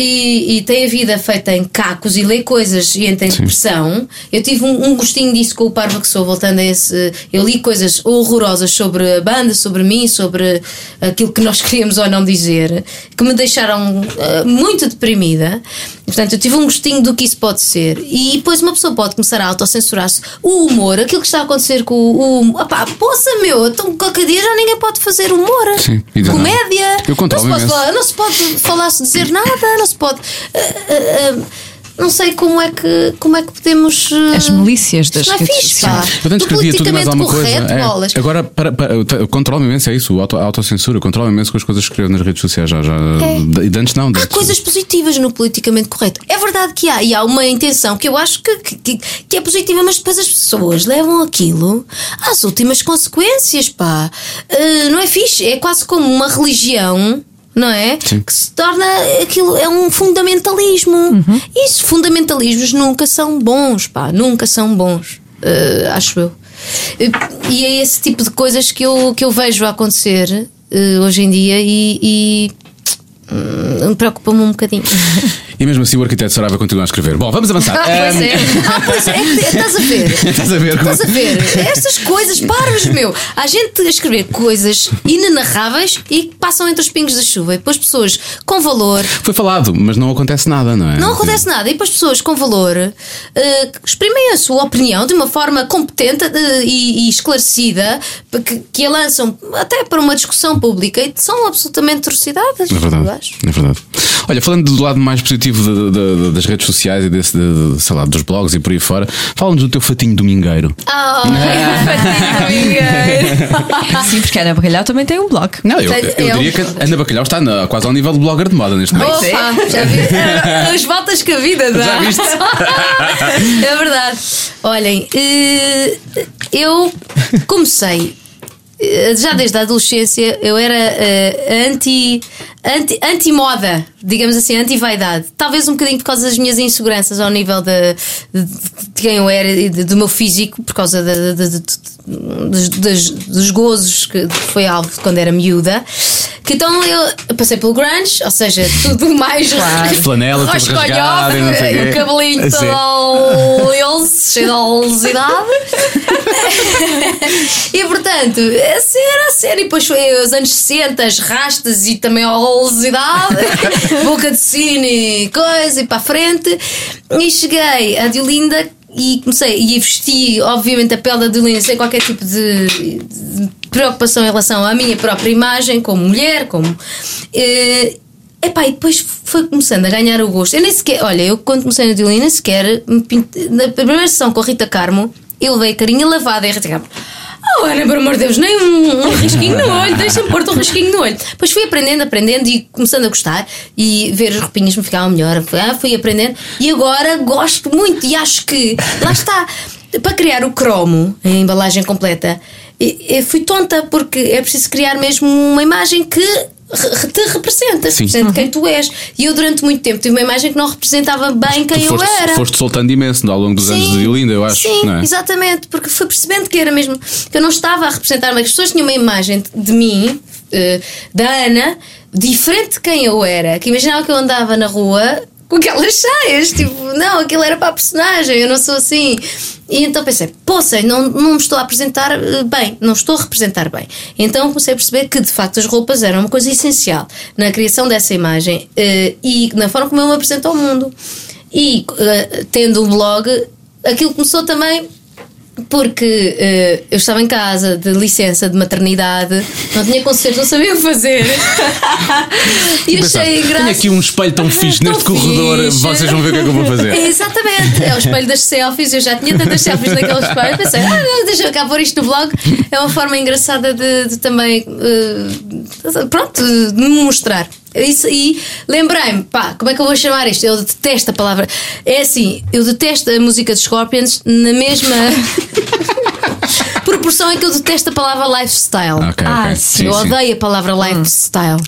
E, e tem a vida feita em cacos e lê coisas e entra em depressão. Eu tive um, um gostinho disso com o Parva que sou, voltando a esse. Eu li coisas horrorosas sobre a banda, sobre mim, sobre aquilo que nós queríamos ou não dizer, que me deixaram eh, muito deprimida. Portanto, eu tive um gostinho do que isso pode ser. E depois uma pessoa pode começar a autocensurar-se. O humor, aquilo que está a acontecer com o. o opá, poça meu, então qualquer dia já ninguém pode fazer humor.
Sim, e de nada.
Comédia.
Eu
não, se
controlo
pode
imenso.
falar, não se pode falar se dizer nada, não se pode. ah, ah, ah, não sei como é que, como é que podemos. ah,
As milícias das
isto não é
redes
fixe, pá.
sociais.
Eu antes
Do
escrevia tudo e mais
politicamente
alguma
correto,
coisa. É.
bolas.
Agora, para, para, eu te- eu controlo imenso, é isso, o auto- a autocensura. Controlo imenso com as coisas que escrevo nas redes sociais. Já, já,
É.
E de antes não. de
Há
antes-
coisas positivas no politicamente correto. É verdade que há, e há uma intenção que eu acho que, que, que- que é positiva, mas depois as pessoas levam aquilo às últimas consequências, pá. Eh, não é fixe, é quase como uma religião. Não é?
Sim.
Que se torna aquilo, é um fundamentalismo. Isso, fundamentalismos nunca são bons, pá, nunca são bons, eh, acho eu. Eh, E é esse tipo de coisas que eu, que eu vejo acontecer eh, hoje em dia e- e Hum, Preocupa-me um bocadinho.
E mesmo assim o arquiteto Saraiva continua a escrever. Bom, vamos avançar.
Ah, pois é. Ah, pois é. é que Estás a ver?
Tá. Hum. Estás a ver como-
Estás a ver? Estas coisas, parvas, meu. Há gente a escrever coisas inenarráveis e que passam entre os pingos da chuva. E depois pessoas com valor.
Foi falado, mas não acontece nada, não é?
Não acontece nada. E depois pessoas com valor eh, exprimem a sua opinião de uma forma competente eh, e, e esclarecida para que, que a lançam até para uma discussão pública e são absolutamente atrocidades.
É
eu
verdade.
acho.
É verdade. Olha, falando do lado mais positivo de- de- de- das redes sociais e desse, de- de- sei lá, dos blogs e por aí fora, fala-nos do teu fatinho domingueiro.
Ah,
Sim, porque a Ana Barralhau também tem um blog.
Não, eu,
Tem-
eu
eu-
diria que a Ana Bacalhau está na- quase ao nível de blogger de moda neste momento.
Pois é.
Opa, já vi eh, as voltas que a vida dá.
Já viste?
é verdade. Olhem, eh, eu comecei. eh, Já desde a adolescência eu era eh, anti, anti, anti-moda, digamos assim, anti-vaidade. Talvez um bocadinho por causa das minhas inseguranças ao nível de, de- de quem eu era e de- do meu físico, por causa da- da- da- da- dos, das- dos gozos que foi alvo quando era miúda. Que então eu passei pelo grunge, ou seja, tudo mais
Flanela, tudo
Rosconhosa,
rasgado e não sei o quê.
o cabelinho
Sim.
todo ao leonce, cheio de oleosidade. e portanto, essa era a cena. E depois foi os anos 60, as rastas e também a oleosidade, boca de sino e coisa, e para a frente. E cheguei a Diolinda e comecei e vesti, obviamente, a pele da Diolinda sem qualquer tipo de, de preocupação em relação à minha própria imagem, como mulher, como. eh, Epá, e depois foi começando a ganhar o gosto. Eu nem sequer, olha, eu quando comecei na Dilina, nem sequer, me pinte- na primeira sessão com a Rita Carmo, eu levei a carinha lavada e a Rita Carmo. Oh, Ana, por amor de Deus, nem um, um risquinho no olho, deixa-me pôr-te um risquinho no olho. Depois fui aprendendo, aprendendo e começando a gostar e ver as roupinhas me ficavam melhor. Ah, Fui aprendendo e agora gosto muito e acho que, lá está, para criar o cromo, a embalagem completa, e- e fui tonta porque é preciso criar mesmo uma imagem que re- re- te representa,
Sim.
representa quem tu és. E eu, durante muito tempo, tive uma imagem que não representava bem quem
tu foste,
eu era.
foste soltando imenso é? ao longo dos anos de Linda, eu acho.
Sim,
não é?
exatamente, porque fui percebendo que era mesmo que eu não estava a representar, mas as pessoas tinham uma imagem de mim, eh, da Ana, diferente de quem eu era, que imaginavam que eu andava na rua com aquelas saias, tipo, não, aquilo era para a personagem, eu não sou assim. E então pensei, poça, não, não me estou a apresentar eh, bem, não estou a representar bem. Então comecei a perceber que de facto as roupas eram uma coisa essencial na criação dessa imagem eh, e na forma como eu me apresento ao mundo. E eh, tendo um blog, aquilo começou também porque eh, eu estava em casa de licença de maternidade, não tinha concerto, não sabia o que fazer. e achei
Pensaste, Tenho
graça.
aqui um espelho tão fixe
Tão
neste corredor,
fixe."
vocês vão ver o que é que eu vou fazer.
É, Exatamente, é o espelho das selfies. Eu já tinha tantas selfies naquele espelho. Pensei, ah, não, deixa eu cá pôr isto no blog. É uma forma engraçada de, de também, eh, pronto, de me mostrar. Isso, e lembrei-me, pá, como é que eu vou chamar isto? Eu detesto a palavra. É assim, eu detesto a música dos Scorpions na mesma proporção em que eu detesto a palavra lifestyle.
Ah, ok,
Ah,
ok.
sim,
Sim,
eu
sim.
odeio a palavra lifestyle.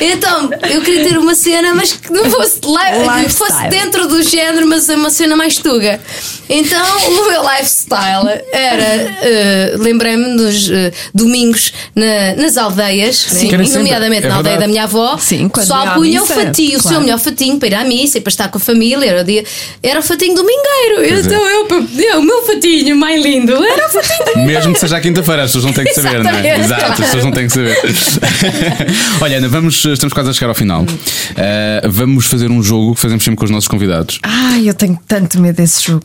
então, eu queria ter uma cena, mas que não fosse, li- que
Lifestyle.
fosse dentro do género, mas é uma cena mais tuga. Então, o meu lifestyle era, eh, lembrei-me dos eh, domingos na- nas aldeias, né?
que era sempre.
nomeadamente
É
na aldeia
verdade.
da minha avó,
Sim, quando ia
só
à
punha o
missa,
fatinho, o seu
claro.
melhor fatinho para ir à missa e para estar com a família. Era o, dia, era o fatinho domingueiro.
é.
Então, eu, eu, o meu fatinho mais lindo era o fatinho do
Mesmo que seja à quinta-feira, as pessoas não têm que saber, não é?
Exatamente.
Exato, as pessoas não têm que saber. Olha, Ana, vamos, estamos quase a chegar ao
Hum.
final. Uh, vamos fazer um jogo que fazemos sempre com os nossos convidados.
Ai, eu tenho tanto medo desse jogo.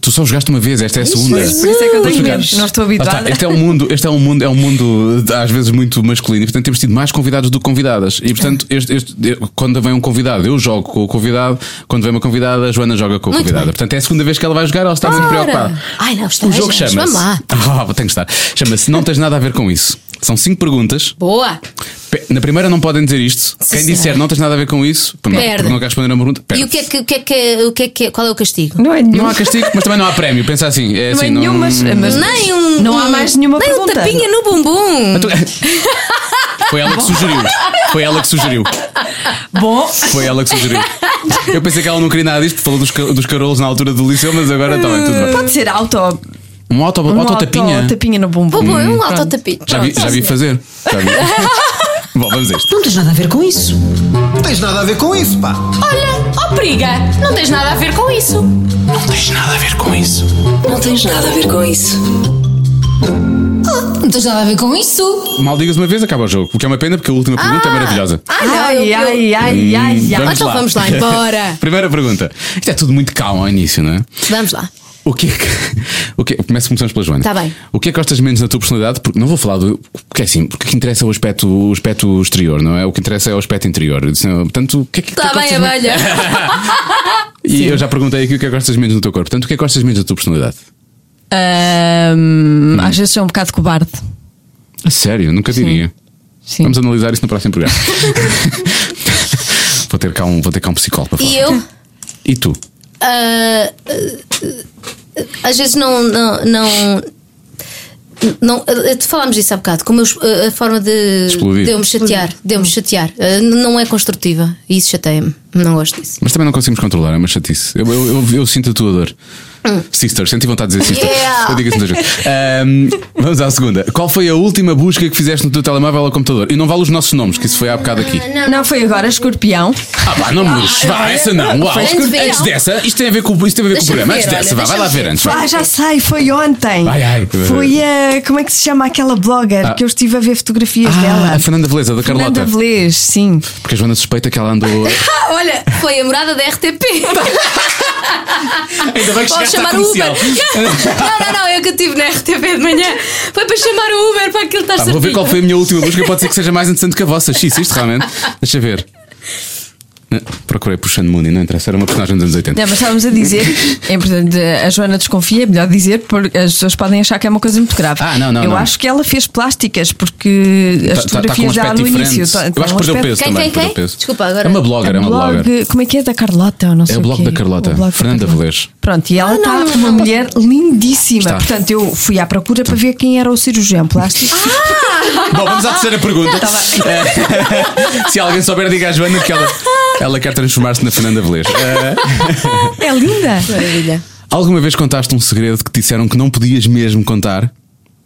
Tu só jogaste uma vez, esta é a segunda.
Pois, por isso é que eu
Vou
tenho
jogar.
medo. Não estou
Lá
habituada.
está, Este é um mundo, este é um mundo, é um mundo às vezes muito masculino e portanto temos tido mais convidados do que convidadas. E portanto,
É.
este- este- eu- quando vem um convidado, eu jogo com o convidado, quando vem uma convidada, a Joana joga com a
Muito
convidada.
bem.
Portanto, é a segunda vez que ela vai jogar, ela está muito
Ora.
preocupada.
Ai, não, está
O
já,
jogo
mas
chama-se.
Vamos lá.
Ah, tem que estar. Chama-se Não Tens Nada a Ver com Isso. São cinco perguntas.
Boa!
Pe- Na primeira não podem dizer isto.
Sim,
Quem
senhora.
disser não tens nada a ver com isso, porque não,
Perde.
porque não quer responder a uma pergunta, perde.
E o que é que, o que, é que, o que, é que qual é o castigo?
Não é nenhum.
Não há castigo, mas também não há prémio. Pensa assim. É
Não
assim,
é nenhum, mas, mas-
Nem um.
Não há mais nenhuma
nem
pergunta.
um tapinha no bumbum.
Então- Foi ela que sugeriu. Foi ela que sugeriu.
Bom,
Foi ela que sugeriu. Eu pensei que ela não queria nada disto, porque falou dos, ca- dos carolos na altura do liceu, mas agora está bem, tudo bem.
pode ser auto.
Um auto,
um
autotapinha.
auto- tapinha no bumbum.
Bumbum, é um
hum, Pronto.
autotapinho.
já vi,
Pronto,
já
assim.
vi
sim.
fazer. Já vi. Bom, vamos a isto.
Não tens nada a ver com isso.
Não tens nada a ver com isso, pá.
Olha, oh periga, não tens nada a ver com isso.
Não tens nada a ver com isso.
Não tens nada a ver com isso.
Não tens nada a ver com isso.
Mal digas uma vez, acaba o jogo. O que é uma pena, porque a última pergunta é maravilhosa.
Ai, não,
Ai,
eu- eu-
ai, ai, ai, ai.
vamos- Ah! então lá, embora.
Primeira pergunta. Isto é tudo muito calmo ao início, não é?
Vamos lá.
O que é que. O que é- começo- começamos pela Joana.
Tá bem.
O que é que gostas menos na tua personalidade? Porque não vou falar do. Porque é assim, porque o que interessa é o aspecto, o aspecto exterior, não é? O que interessa é o aspecto interior. Isso não- Portanto, o que é que. o que é
Está
que
Tá bem,
gostas menos-
abelha.
E eu já perguntei aqui o que é que gostas menos no teu corpo. Portanto, o que é que gostas menos da tua personalidade? Hum.
Ahm, às vezes sou um bocado cobarde.
A sério, nunca diria.
Sim.
Vamos analisar isso no próximo programa. vou, ter cá um, vou ter cá um psicólogo para falar.
E eu,
E tu?
ah, às vezes, não. não, não não, ah, falámos disso há bocado, como ah, a forma de,
Explodir.
de eu me chatear, de eu me chatear, ah, não é construtiva e isso chateia-me, não gosto disso.
Mas também não conseguimos controlar, é uma chatice. Eu, eu, eu- eu sinto a tua dor. Sister, senti vontade de dizer sister.
Hum. Yeah.
Eu digo isso muitas vezes. Ahm, vamos à segunda. Qual foi a última busca que fizeste no teu telemóvel ou computador? E não vale os nossos nomes, que isso foi há bocado aqui.
Hum.
Não foi agora, escorpião.
Ah, vá, não me lixes. Vá, essa não. Uau.
Antes de ver,
Antes
não.
dessa, isto tem a ver com, isto tem a ver com o
Deixa-me
programa.
ver,
Antes
olha,
dessa, vá, vai lá
deixa-me
ver
ver.
antes. vá.
Ah, já sei, foi ontem.
Ai, ai.
Foi a. Como é que se chama aquela blogger que eu estive a ver fotografias dela?
Ah, a Fernanda Beleza, da Carlota.
Fernanda Velez, sim.
Porque a Joana suspeita que ela andou.
Ah, olha, foi a morada da RTP.
Ainda bem que
Pode
chegaste à
chamar o Uber.
comercial.
Não, não, não, eu que tive na RTP de manhã. Foi para chamar o Uber para aquilo estar
Ah, vou ver qual foi a minha última busca, pode ser que seja mais interessante que a vossa. X, isto realmente. Deixa ver. Eh, Procurei por Sean Mooney, não interessa, era uma personagem dos anos 80.
Não, mas estávamos a dizer, é importante, a Joana desconfia, é melhor dizer, porque as pessoas podem achar que é uma coisa muito grave.
Ah, não, não,
Eu
não.
acho que ela fez plásticas, porque as
Tá- tá- tá com um
fotografias dela
aspecto
no
diferente.
início. tá-
Eu
tá
acho
um
que perdeu
aspecto-
peso
Quem,
também.
quem,
perdeu
quem?
peso.
Desculpa, agora.
É uma blogger, é uma
blog-
blogger.
Como é que é? Da Carlota ou não sei
o blog
quê.
da Carlota,
O blog
Fernanda
Carlota.
Velez.
Pronto, e ela está uma mulher lindíssima.
Está.
Portanto, eu fui à procura para ver quem era o cirurgião plástico.
Bom, vamos à terceira pergunta.
Tá
Eh, Se alguém souber, diga à Joana que ela, ela quer transformar-se na Fernanda Velez. Eh,
é linda!
Maravilha.
alguma vez contaste um segredo que te disseram que não podias mesmo contar?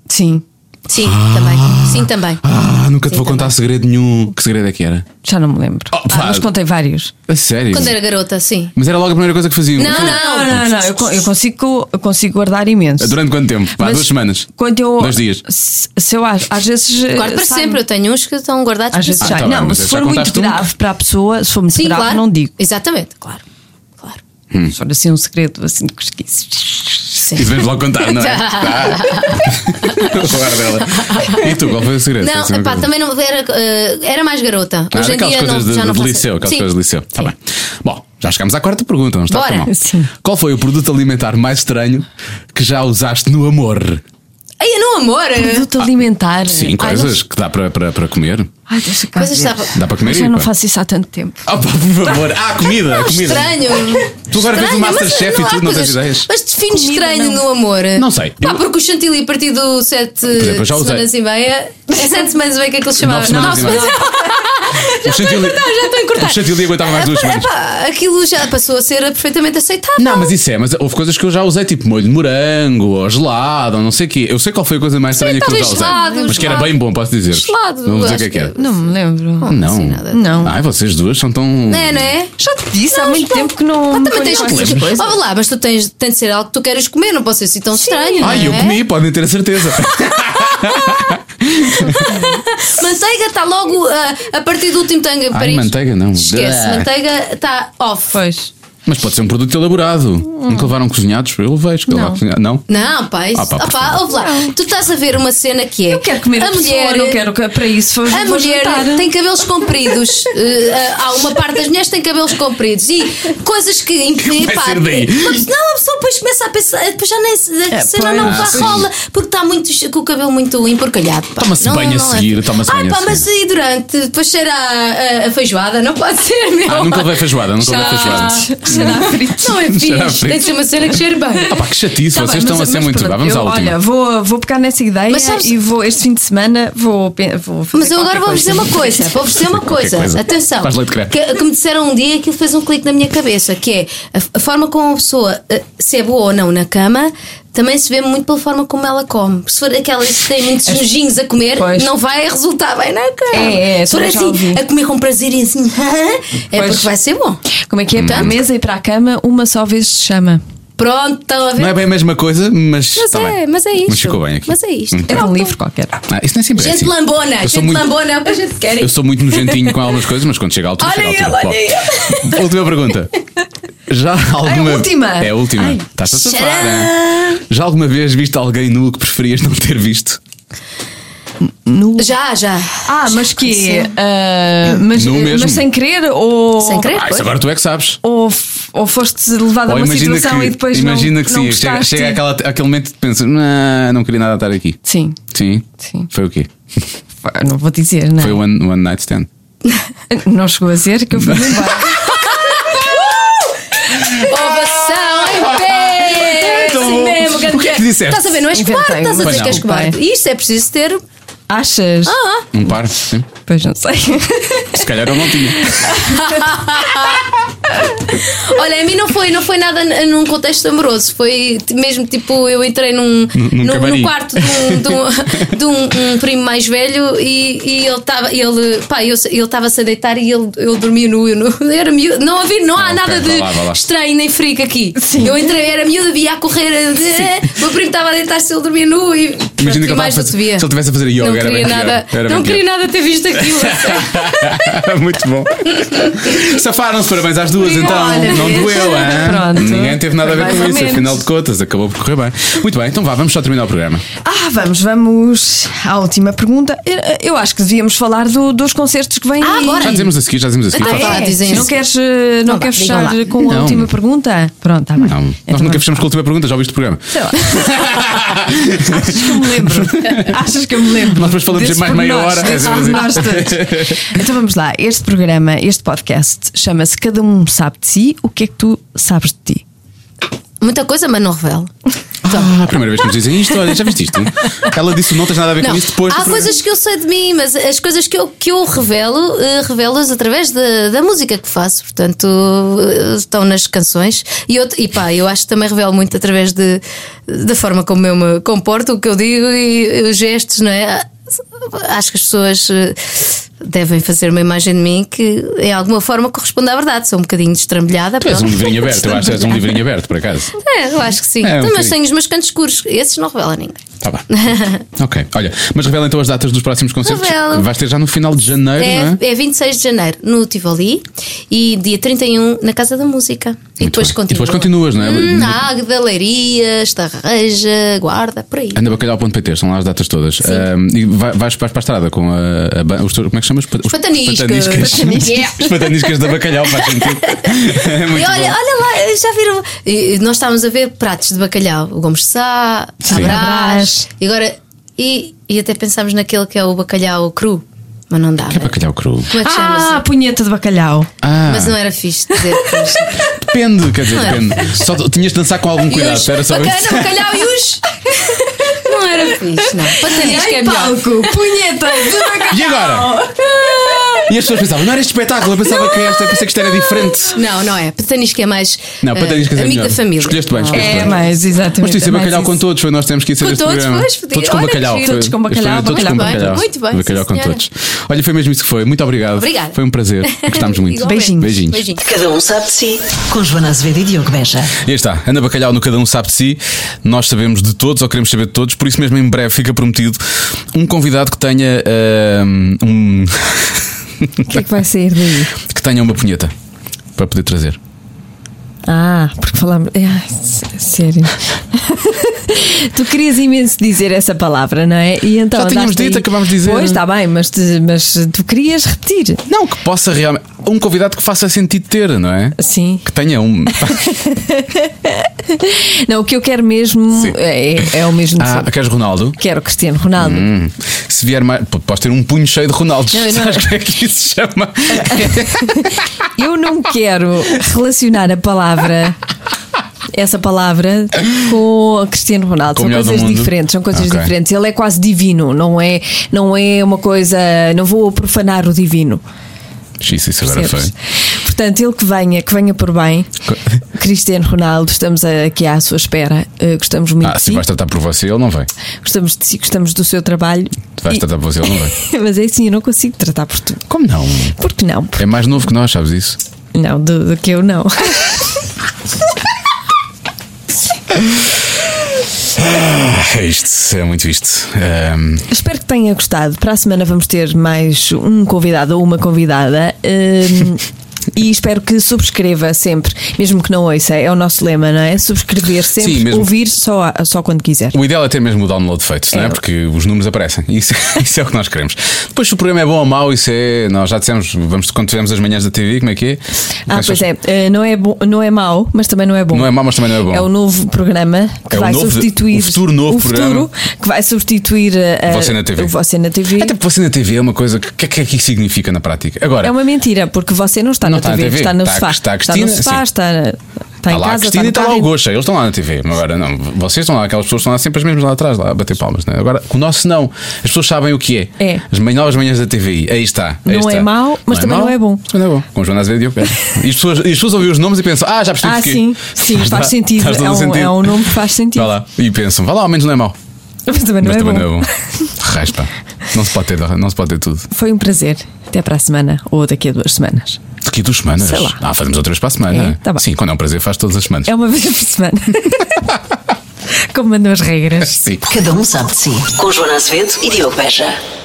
Sim,
Sim, também. Sim, também.
Ah, nunca te
Sim,
vou
também.
contar segredo nenhum. Que segredo é que era?
já não me lembro.
Oh, pá.
ah, mas contei vários.
A sério?
Quando era garota, sim.
Mas era logo a primeira coisa que faziam.
Não, não,
Não, não, não, eu, con- eu consigo, eu consigo guardar imenso.
Ah, Durante quanto tempo? Pá,
Mas
duas semanas.
Quando eu,
Dois dias.
Se, se eu acho, às vezes. eh,
Guardo para
sai-me.
sempre, eu tenho uns que estão guardados
Às
para
vezes
sempre.
Ah,
sai.
tá bem,
não,
mas
se
esse já
for muito
contaste um?
grave para a pessoa, se for muito
Sim,
grave,
claro.
não digo.
Exatamente, claro. Claro.
Hum.
Se for assim um segredo, assim que esqueces.
E devemos logo contar, não é? Ah. Guarda ela. E tu, qual foi o segredo? Foi assim
Não,
uma
pá,
coisa.
também não era, eh, era mais garota.
Ah,
Hoje em
aquelas
dia não,
coisas
já
de,
não
de
faço.
liceu, aquelas
Sim.
coisas de liceu. Está bem. Bom, já chegámos à quarta pergunta, não está
Bora.
tão mal.
Sim.
Qual foi o produto alimentar mais estranho que já usaste no amor?
Ai, não, amor! eh,
Produto alimentar.
Sim, coisas que dá para, para, para comer.
Ai, deixa cá
Coisas
ver.
dá para-
Dá para comer
Eu já
e
não
pá.
faço isso há tanto tempo.
Ah, pá, por favor. Ah, comida, comida.
Estranho!
Tu agora vês o
Estranho, mas
Masterchef e
há
tu não tens
coisas-
ideias?
Mas defines
Comida,
estranho
não.
no amor.
Não sei.
Pá,
Eu-
porque o chantilly a partir do sete
exemplo, eu já usei.
semanas e meia. É sete semanas e meia que é que eles chamavam.
Nove semanas e meia. O chantilly-
Não, já estou a
o
cortar.
chantilly aguentava mais duas semanas.
aquilo já passou a ser perfeitamente aceitável.
Não, mas isso é, mas houve coisas que eu já usei, tipo molho de morango, ou gelado, ou não sei o quê. Eu sei qual foi a coisa mais
Sim,
estranha que eu já
talvez
usei.
gelado,
mas que era
gelado.
bem bom, posso dizer.
Gelado,
Não vou dizer o
acho
que é que
que-
era.
Não assim me lembro.
Não.
sei nada.
Não.
Ai, vocês duas são tão.
Não é, não é?
Já te Ah, disse há muito
Mas,
tempo que não.
pá,
me
também
ponho
tens
com essas
que
coisas.
Olha lá, mas tu tens tem de ser algo que tu queres comer, não posso ser assim tão estranho.
Ai, eu
não é?
comi, podem ter a certeza.
Manteiga está logo ah, a partir do último tango em
Ai,
Paris.
manteiga não. Ah.
Esquece,
Bleh.
manteiga está off.
Pois.
Mas pode ser um produto elaborado.
Hum.
Nunca levaram cozinhados? Eu levei, que levaram cozinhados. Não?
Não, pá, isso.
Ah, pá, por
Ah, pá, ouve lá. Tu estás a ver uma cena que é.
Eu quero comer a, pessoa, não quero que- para isso. Vou,
A
vou
mulher
jantar.
tem cabelos compridos. Eh, há uma parte das mulheres que tem cabelos compridos. E coisas que impedem.
Vai ser daí.
Mas não, a pessoa depois começa a pensar. Depois já nem. se-
É,
sei lá,
pois.
não
Ah,
vá
sim.
rola. Porque está muito. com o cabelo muito emporcalhado. pá.
Toma-se
Não,
banho a
não é.
seguir, toma-se
Ai,
banho a
pá, mas e durante. Depois cheira a, a- a feijoada, não pode ser, meu.
Ah, nunca levei feijoada, nunca levei
Já.
feijoada.
Será frito?
Não é fixe.
Cheira a
Tem
frito.
que ser uma cena que cheira bem.
Ah, pá, que chatice,
Tá
vocês
bem,
estão
mas-
a ser
mas
muito.
pronto,
Vá, vamos
eu,
à última.
Olha, vou, vou pegar nessa ideia
Mas sabes-
e vou este fim de semana vou, pe- vou fazer
Mas eu agora
qualquer
vou-vos dizer
coisa.
uma coisa, vou-vos dizer uma
Qualquer
coisa.
coisa.
Atenção.
Faz leite de crepe.
Que, que me disseram um dia que fez um clique na minha cabeça, que é a, a forma como a pessoa eh, se é boa ou não na cama, também se vê muito pela forma como ela come. Se for aquelas que têm muitos nojinhos a comer,
Pois.
não vai resultar bem na cama.
É, é,
se for
também já
assim,
ouvi.
a comer com prazer e assim, é
Pois.
porque vai ser bom.
Como é que é?
Hum.
Para a mesa e para a cama, uma só vez se chama.
Pronto, estão a ver?
Não é bem a mesma coisa, mas.
mas,
tá
é,
bem.
mas é isto.
Mas ficou bem aqui. Hum.
Mas é isto.
É de um
Pronto.
livro qualquer.
Ah, isso nem sempre é
Gente
assim.
lambona,
Eu sou
gente
muito-
lambona, é o que a gente quer.
Eu sou muito nojentinho com algumas coisas, mas quando chega à altura,
Olha
chega à altura.
ele, olha
Bom, Última pergunta. Já alguma.
última?
É a última.
Ai.
Estás a safar,
Tcharam!
hein? Já alguma vez viste alguém nu que preferias não ter visto?
No...
Já, já.
Ah, mas que
Sim.
ah, mas,
No mesmo.
mas sem querer ou
Sem querer.
Ah, isso agora tu é que sabes.
ou, f- ou foste levado a
Ou
uma
imagina
situação
que,
e depois
imagina
não,
que
não
sim, chega,
gostaste.
chega àquela- àquele momento que pensas, não, não queria nada estar aqui.
Sim,
Sim.
Sim.
Foi o quê?
Pá, não vou dizer, não. é?
Ah.
Foi o one, one Night Stand.
Não chegou a ser que eu fui embora.
Ovação
Ah,
em pé!
Então,
Assim mesmo,
o que é que disseste?
Estás a ver, não és
Inventei, um
cobarde, estás a
mas
dizer que és
não, pai.
cobarde. E Isto é preciso ter.
Achas?
Ah,
Um par? Sim.
Pois não sei.
Se calhar eu não tinha.
olha, a mim não foi, não foi nada n- num contexto amoroso. Foi t- mesmo tipo, eu entrei num,
num
no,
camarim.
quarto de um, de um- de um- um primo mais velho e, e ele estava, ele, pá, eu- ele estava-se a deitar e ele, eu dormia nu, eu nu, era miúdo, não havia, não há
Ah, ok,
nada
vá
de
lá, vá lá.
estranho nem frico aqui.
Sim.
Eu entrei, era miúdo, via a correr, eh, meu primo estava a deitar-se, ele dormia nu e
Imagina que
Pronto,
eu
e
estava a
mais do
fazer-
via.
se ele estivesse a fazer yoga,
não
era
queria
bem pior,
nada,
era bem
Não queria
pior.
nada ter visto aquilo.
Muito bom. Safaram-se, parabéns às duas, então.
Olha,
não doeu, hã?
Pronto.
Ninguém teve nada a ver
Mais
com
ou
isso,
menos.
afinal de contas, acabou por correr bem. Muito bem, então vá, vamos só terminar o programa.
Ah, vamos, vamos à última pergunta. Eu- Eu acho que devíamos falar do- dos concertos que vêm
Ah,
aí.
agora?
Já dizemos a seguir, já dizemos a seguir.
Ah,
Faz-
Tá
é? dizem
não
isso.
queres, eh, não
Não
queres
vá, digam
fechar
lá.
com a
Não.
última pergunta? Pronto, está bem.
Não, nós
Então
nunca
vamos Então.
fechamos com a última pergunta, já ouviste o programa.
Sei lá. Achas que eu me lembro? Achas que eu me lembro?
Nós depois falamos
Desses
em mais meia
pormenores,
hora.
desses
É, é, é.
pormenores todos. Então vamos lá. Este programa, este podcast, chama-se Cada Um Sabe de Si. O que é que tu sabes de ti?
Muita coisa, mas não revelo. Então,
Ah, a primeira vez que nos dizem isto, olha, já viste isto? Ela disse não tens nada a ver
Não,
com isto depois.
há
do programa.
coisas que eu sei de mim, mas as coisas que eu, que eu revelo, eh, revelo-as através da, da música que faço. Portanto, eh, estão nas canções. E, eu, e pá, eu acho que também revelo muito através de, da forma como eu me comporto, o que eu digo e os gestos, não é? Acho que as pessoas eh, devem fazer uma imagem de mim que, em alguma forma, corresponde à verdade. Sou um bocadinho destrambelhada.
Tu és um
pronto.
livrinho aberto, eu acho que és um livrinho aberto, por acaso.
É, eu acho que sim.
É, um
mas
bocadinho.
tenho os meus cantos escuros. Esses não revela ninguém.
Tá bem. ok, olha, mas revela então as datas dos próximos concertos.
Revelo.
Vais ter já no final de janeiro, não é?
É, é 26 de janeiro no Tivoli e dia 31 na Casa da Música. E
Muito
depois,
bem. E
continua.
depois continuas, não é?
Hum, na Águeda, Leiria, Estarreja, Guarda, por aí.
Andabacalhau.pt, estão lá as datas todas. Ahm, e vai- vais, vais para a estrada com a, a ban- os, teus- como é que chamas? Os
pataniscas.
pataniscas.
Pataniscas. Yeah.
Os pataniscas da bacalhau, faz sentido. É
E
muito bom.
olha, olha lá, já viram. E- e Nós estávamos a ver pratos de bacalhau, o Gomes de Sá,
Sim.
Abrás, e agora. E, e até pensámos naquele que é o bacalhau cru, mas não dava.
Que é bacalhau cru.
Como é que chama-se?
Ah, punheta de bacalhau.
Ah,
Mas não era fixe dizer.
depende, quer dizer, depende. Só tinhas de dançar com algum Um cuidado,
Ius,
era só
bacana,
isso.
bacalhau e os. Não era fixe, não. Patanisca é melhor.
punheta de bacalhau.
E agora? E as pessoas pensavam, não era este espetáculo, eu pensava que esta, eu pensei que isto era diferente.
Não, não é. Patanisca é mais
Não,
eh,
pataniscas é
amigo
melhor.
da família.
Escolheste bem, escolheste
É,
bem.
mas exatamente.
Mas tu disse
é mais
bacalhau com
isso.
todos, foi nós temos que ser
Com
este
todos,
programa.
pois, podia-
todos com
olha,
bacalhau.
giro.
foi-
Todos com bacalhau,
todos com
bacalhau.
bacalhau.
Muito bem,
Bacalhau
sim,
com
senhora.
todos. Olha, foi mesmo isso que foi. Muito obrigado.
Obrigada.
Foi um prazer. Gostámos muito.
Igualmente.
Beijinhos.
Beijinhos.
Beijinhos.
Cada um sabe de si. Com Joana Azevedo e Diogo Beja.
E aí está, Ana Bacalhau no Cada Um Sabe de Si. Nós sabemos de todos, ou queremos saber de todos, por isso mesmo em breve fica prometido um convidado que tenha ah, um.
O que é que vai sair daí?
que tenha uma punheta para poder trazer.
Ah, porque falamos. É, ai, s- sério. tu querias imenso dizer essa palavra, não é? E então
Já tínhamos
andaste
dito,
aí-
acabámos de dizer.
Pois, está bem, mas, te- mas tu querias repetir.
Não, que possa realmente. Um convidado que faça sentido ter, não é?
Sim.
Que tenha um.
Não, o que eu quero mesmo
Sim.
é, é o mesmo.
Ah,
que
queres Ronaldo?
Quero Cristiano Ronaldo.
Hum, se vier mais. P- Podes ter um punho cheio de Ronaldos.
Não, eu não-
Sabes como é que isso se chama?
Eu não quero relacionar a palavra. Essa palavra com Cristiano Ronaldo
Com o
são
melhor do
coisas
mundo.
diferentes, são coisas
Ok.
diferentes. Ele é quase divino, não é, não é uma coisa, não vou profanar o divino.
Xis, isso agora foi.
Percebes? Portanto, ele que venha, que venha por bem. Cristiano Ronaldo, estamos eh, aqui à sua espera. Eh, gostamos muito
Ah,
de
se
si.
vais tratar por você, ele não vem.
Gostamos de si, gostamos do seu trabalho.
Se vais
E-
tratar por você, ele não vem.
Mas é assim, eu não consigo tratar por tu.
Como não?
Por que não? Por-
É mais novo que nós, sabes isso?
Não, do, do que eu não.
É isto, é muito isto. Ahm,
Espero que tenha gostado. Para a semana vamos ter mais um convidado ou uma convidada. Hum, E espero que subscreva sempre, mesmo que não ouça, é o nosso lema, não é? Subscrever sempre,
Sim, mesmo.
ouvir só, a- só quando quiser.
O ideal é ter mesmo o download feito, não é?
É.
Porque os números aparecem. Isso, isso é o que nós queremos. Depois, se o programa é bom ou mau, isso é. Nós já dissemos, vamos, quando tivemos as manhãs da TV, como é que é?
Ah,
Pensas-
pois é, eh, não é, bom, não é mau, mas também não é bom.
Não é mau, mas também não é bom.
É o novo programa que
É o
vai
novo-
substituir.
o futuro novo
o futuro
programa.
que vai substituir eh,
Você na TV.
o Você na TV.
Até porque você na TV é uma coisa. que- O que, é que é que isso significa na prática? Agora.
É uma mentira, porque você não está
Não
na
está na
TV,
TV,
está no
está a-
sofá.
está a
no
Cristina,
sofá,
sim.
está, está
Está
Tá em
Tá lá a
casa.
Cristina e
está
está
no
lá o
carro.
Gosta, eles estão lá na TV. Agora não, vocês estão lá, aquelas pessoas estão lá sempre as mesmas lá atrás, lá a bater palmas. Não é? Agora, o nosso não. As pessoas sabem o que é.
É.
As man- novas manhãs da TVI. Aí está. aí
Não
está.
é mau, mas também não
mau,
é bom.
mas Não é bom. Com Joana Azevedo e eu quero. E as pessoas, e as pessoas ouvem os nomes e pensam, ah, já percebi
Ah,
porque.
sim, sim, faz
Tá-
sentido.
faz todo
É um-
sentido.
é um nome que faz sentido.
Vá lá. E pensam, vá lá, ao menos não é mau.
Mas também não
mas
é
também
bom.
não é bom. Raios, pá. Não se pode ter, não se pode ter tudo.
Foi um prazer. Até para a semana ou daqui a duas semanas.
Daqui a duas semanas.
Sei lá.
Ah, fazemos outra vez para a semana.
É, tá bem.
Sim, quando é um prazer, faz todas as semanas.
É uma vez por semana. Como mandam as regras.
Sim.
um-
Cada um sabe de si. Com Joana Azevedo e Diogo Beja.